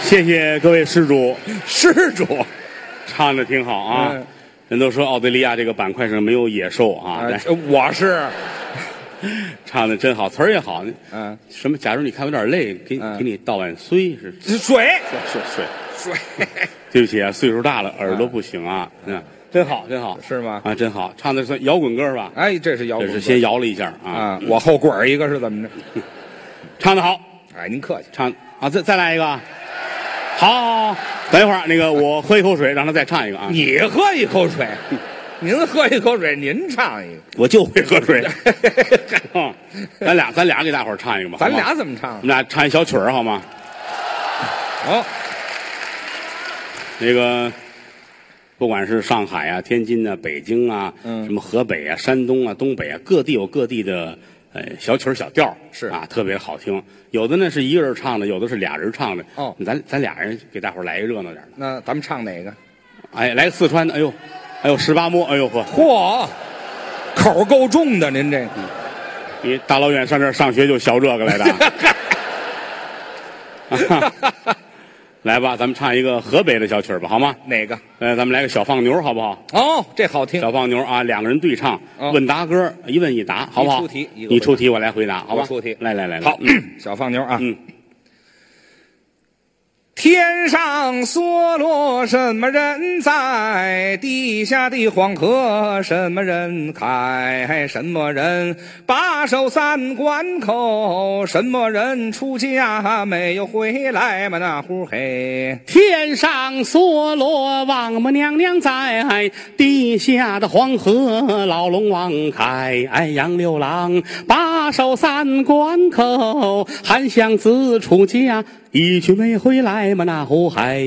Speaker 1: 谢谢各位施主，
Speaker 2: 施主，
Speaker 1: 唱的挺好啊
Speaker 2: 嗯。
Speaker 1: 人都说澳大利亚这个板块上没有野兽啊，
Speaker 2: 呃
Speaker 1: 但
Speaker 2: 我是，
Speaker 1: 唱的真好，词儿也好。
Speaker 2: 嗯，
Speaker 1: 什么？假如你看我有点累，给
Speaker 2: 嗯
Speaker 1: 给你倒碗水是
Speaker 2: 水
Speaker 1: 是是。
Speaker 2: 水，
Speaker 1: 对不起啊，岁数大了，耳朵不行啊。嗯，真好，真好，
Speaker 2: 哎是吗
Speaker 1: 啊，真好，唱的算摇滚歌是吧？
Speaker 2: 哎，这是摇
Speaker 1: 这是
Speaker 2: 滚歌
Speaker 1: 先摇了一下啊，
Speaker 2: 啊，我后滚儿一个是怎么着？
Speaker 1: 唱的好，
Speaker 2: 哎，您客气，
Speaker 1: 唱啊，再再来一个啊。好，好，好，等一会儿那个我喝一口水，让他再唱一个啊。
Speaker 2: 你喝一 口水，您喝一口水，您唱一个，
Speaker 1: 我就会喝水。 嗯咱俩咱俩给大伙儿唱一个吧。
Speaker 2: 咱
Speaker 1: 好吗
Speaker 2: 俩怎么唱
Speaker 1: 我？们俩唱一小曲儿啊好吗？
Speaker 2: 哦，
Speaker 1: 那个，不管是上海啊、天津啊、北京啊，
Speaker 2: 嗯
Speaker 1: 什么河北啊、山东啊、东北啊，各地有各地的呃小曲儿、小调儿
Speaker 2: 是
Speaker 1: 啊，特别好听。有的呢是一个人唱的，有的是俩人唱的。
Speaker 2: 哦
Speaker 1: 咱咱俩人给大伙儿来一热闹点儿的。
Speaker 2: 那咱们唱哪个？
Speaker 1: 哎，来个四川的，哎呦，哎呦，十八摸，哎呦呵，
Speaker 2: 嚯，口儿够重的，您这个。
Speaker 1: 嗯你大老远上这儿上学就学这个来的 啊。 来吧，咱们唱一个河北的小曲儿吧，好吗？
Speaker 2: 哪个？
Speaker 1: 呃，咱们来个小放牛，好不好？
Speaker 2: 哦，这好听。
Speaker 1: 小放牛啊，两个人对唱，
Speaker 2: 哦
Speaker 1: 问答歌，一问一答，好不好？
Speaker 2: 出题一个回答
Speaker 1: 你出题，我来回答，好吧？
Speaker 2: 我出题
Speaker 1: 来来来，来
Speaker 2: 好， 小放牛啊。
Speaker 1: 嗯。
Speaker 2: 天上梭罗什么人在？地下的黄河什么人开？什么人把守三关口？什么人出家没有回来嘛？那呼嘿！
Speaker 1: 天上梭罗王母娘娘在，地下的黄河老龙王开。哎，杨六郎把守三关口，韩湘子出家一去没回来嘛那胡海。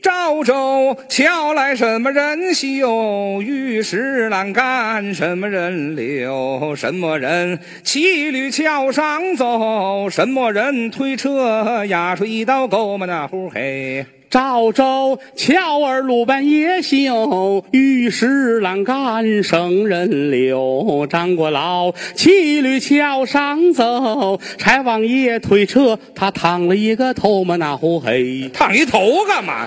Speaker 2: 赵州桥来什么人修？玉石栏杆什么人留？什么人骑驴桥上走？什么人推车压出一道沟嘛？那呼嘿！
Speaker 1: 赵州桥儿鲁班也修，玉石栏杆生人流。张果老骑驴桥上走，柴王爷推车他烫了一个头嘛那胡嘿。
Speaker 2: 烫一头干嘛？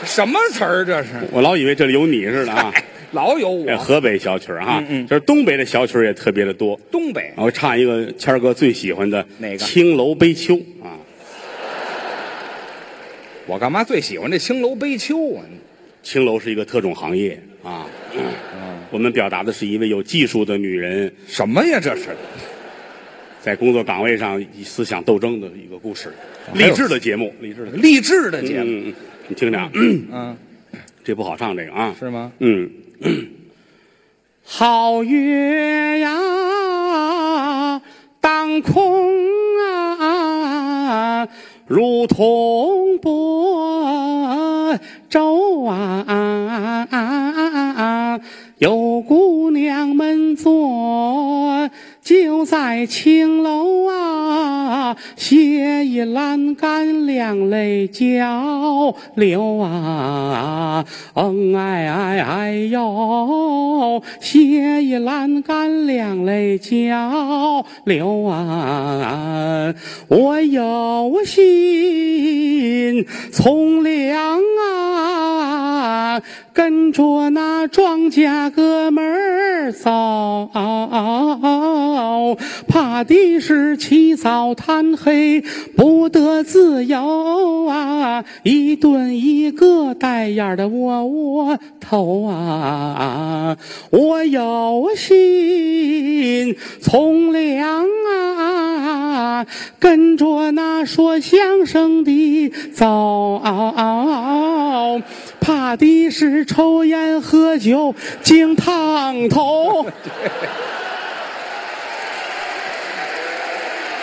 Speaker 2: 这什么词儿？这是？
Speaker 1: 我老以为这里有你似的 啊。
Speaker 2: 哎，老有
Speaker 1: 这
Speaker 2: 我
Speaker 1: 河北小曲儿哈，
Speaker 2: 嗯嗯
Speaker 1: 就是东北的小曲儿也特别的多。
Speaker 2: 东北
Speaker 1: 我唱一个谦儿哥最喜欢的
Speaker 2: 哪个
Speaker 1: 青楼悲秋》啊，
Speaker 2: 我干嘛最喜欢这青楼悲秋啊？
Speaker 1: 青楼是一个特种行业啊。
Speaker 2: 嗯
Speaker 1: 我们表达的是一位有技术的女人
Speaker 2: 什么呀？这是？
Speaker 1: 在工作岗位上以思想斗争的一个故事，
Speaker 2: 还有
Speaker 1: 励志的节目，励志的节目。
Speaker 2: 励志的节目，
Speaker 1: 嗯，嗯你听着啊，
Speaker 2: 嗯，
Speaker 1: 这不好唱这个啊。
Speaker 2: 是吗？
Speaker 1: 嗯，好月呀，当空啊，如同薄舟啊，有姑娘们坐酒留在青楼啊，斜倚栏杆，两泪交流啊，嗯哎哎哎呦，斜倚栏杆，两泪交流啊，我有心从良啊，跟着那庄稼哥们儿啊走。啊怕的是起早贪黑不得自由啊，一顿一个带眼儿的窝窝头啊，我有心从良啊，跟着那说相声的走，怕的是抽烟喝酒经烫头。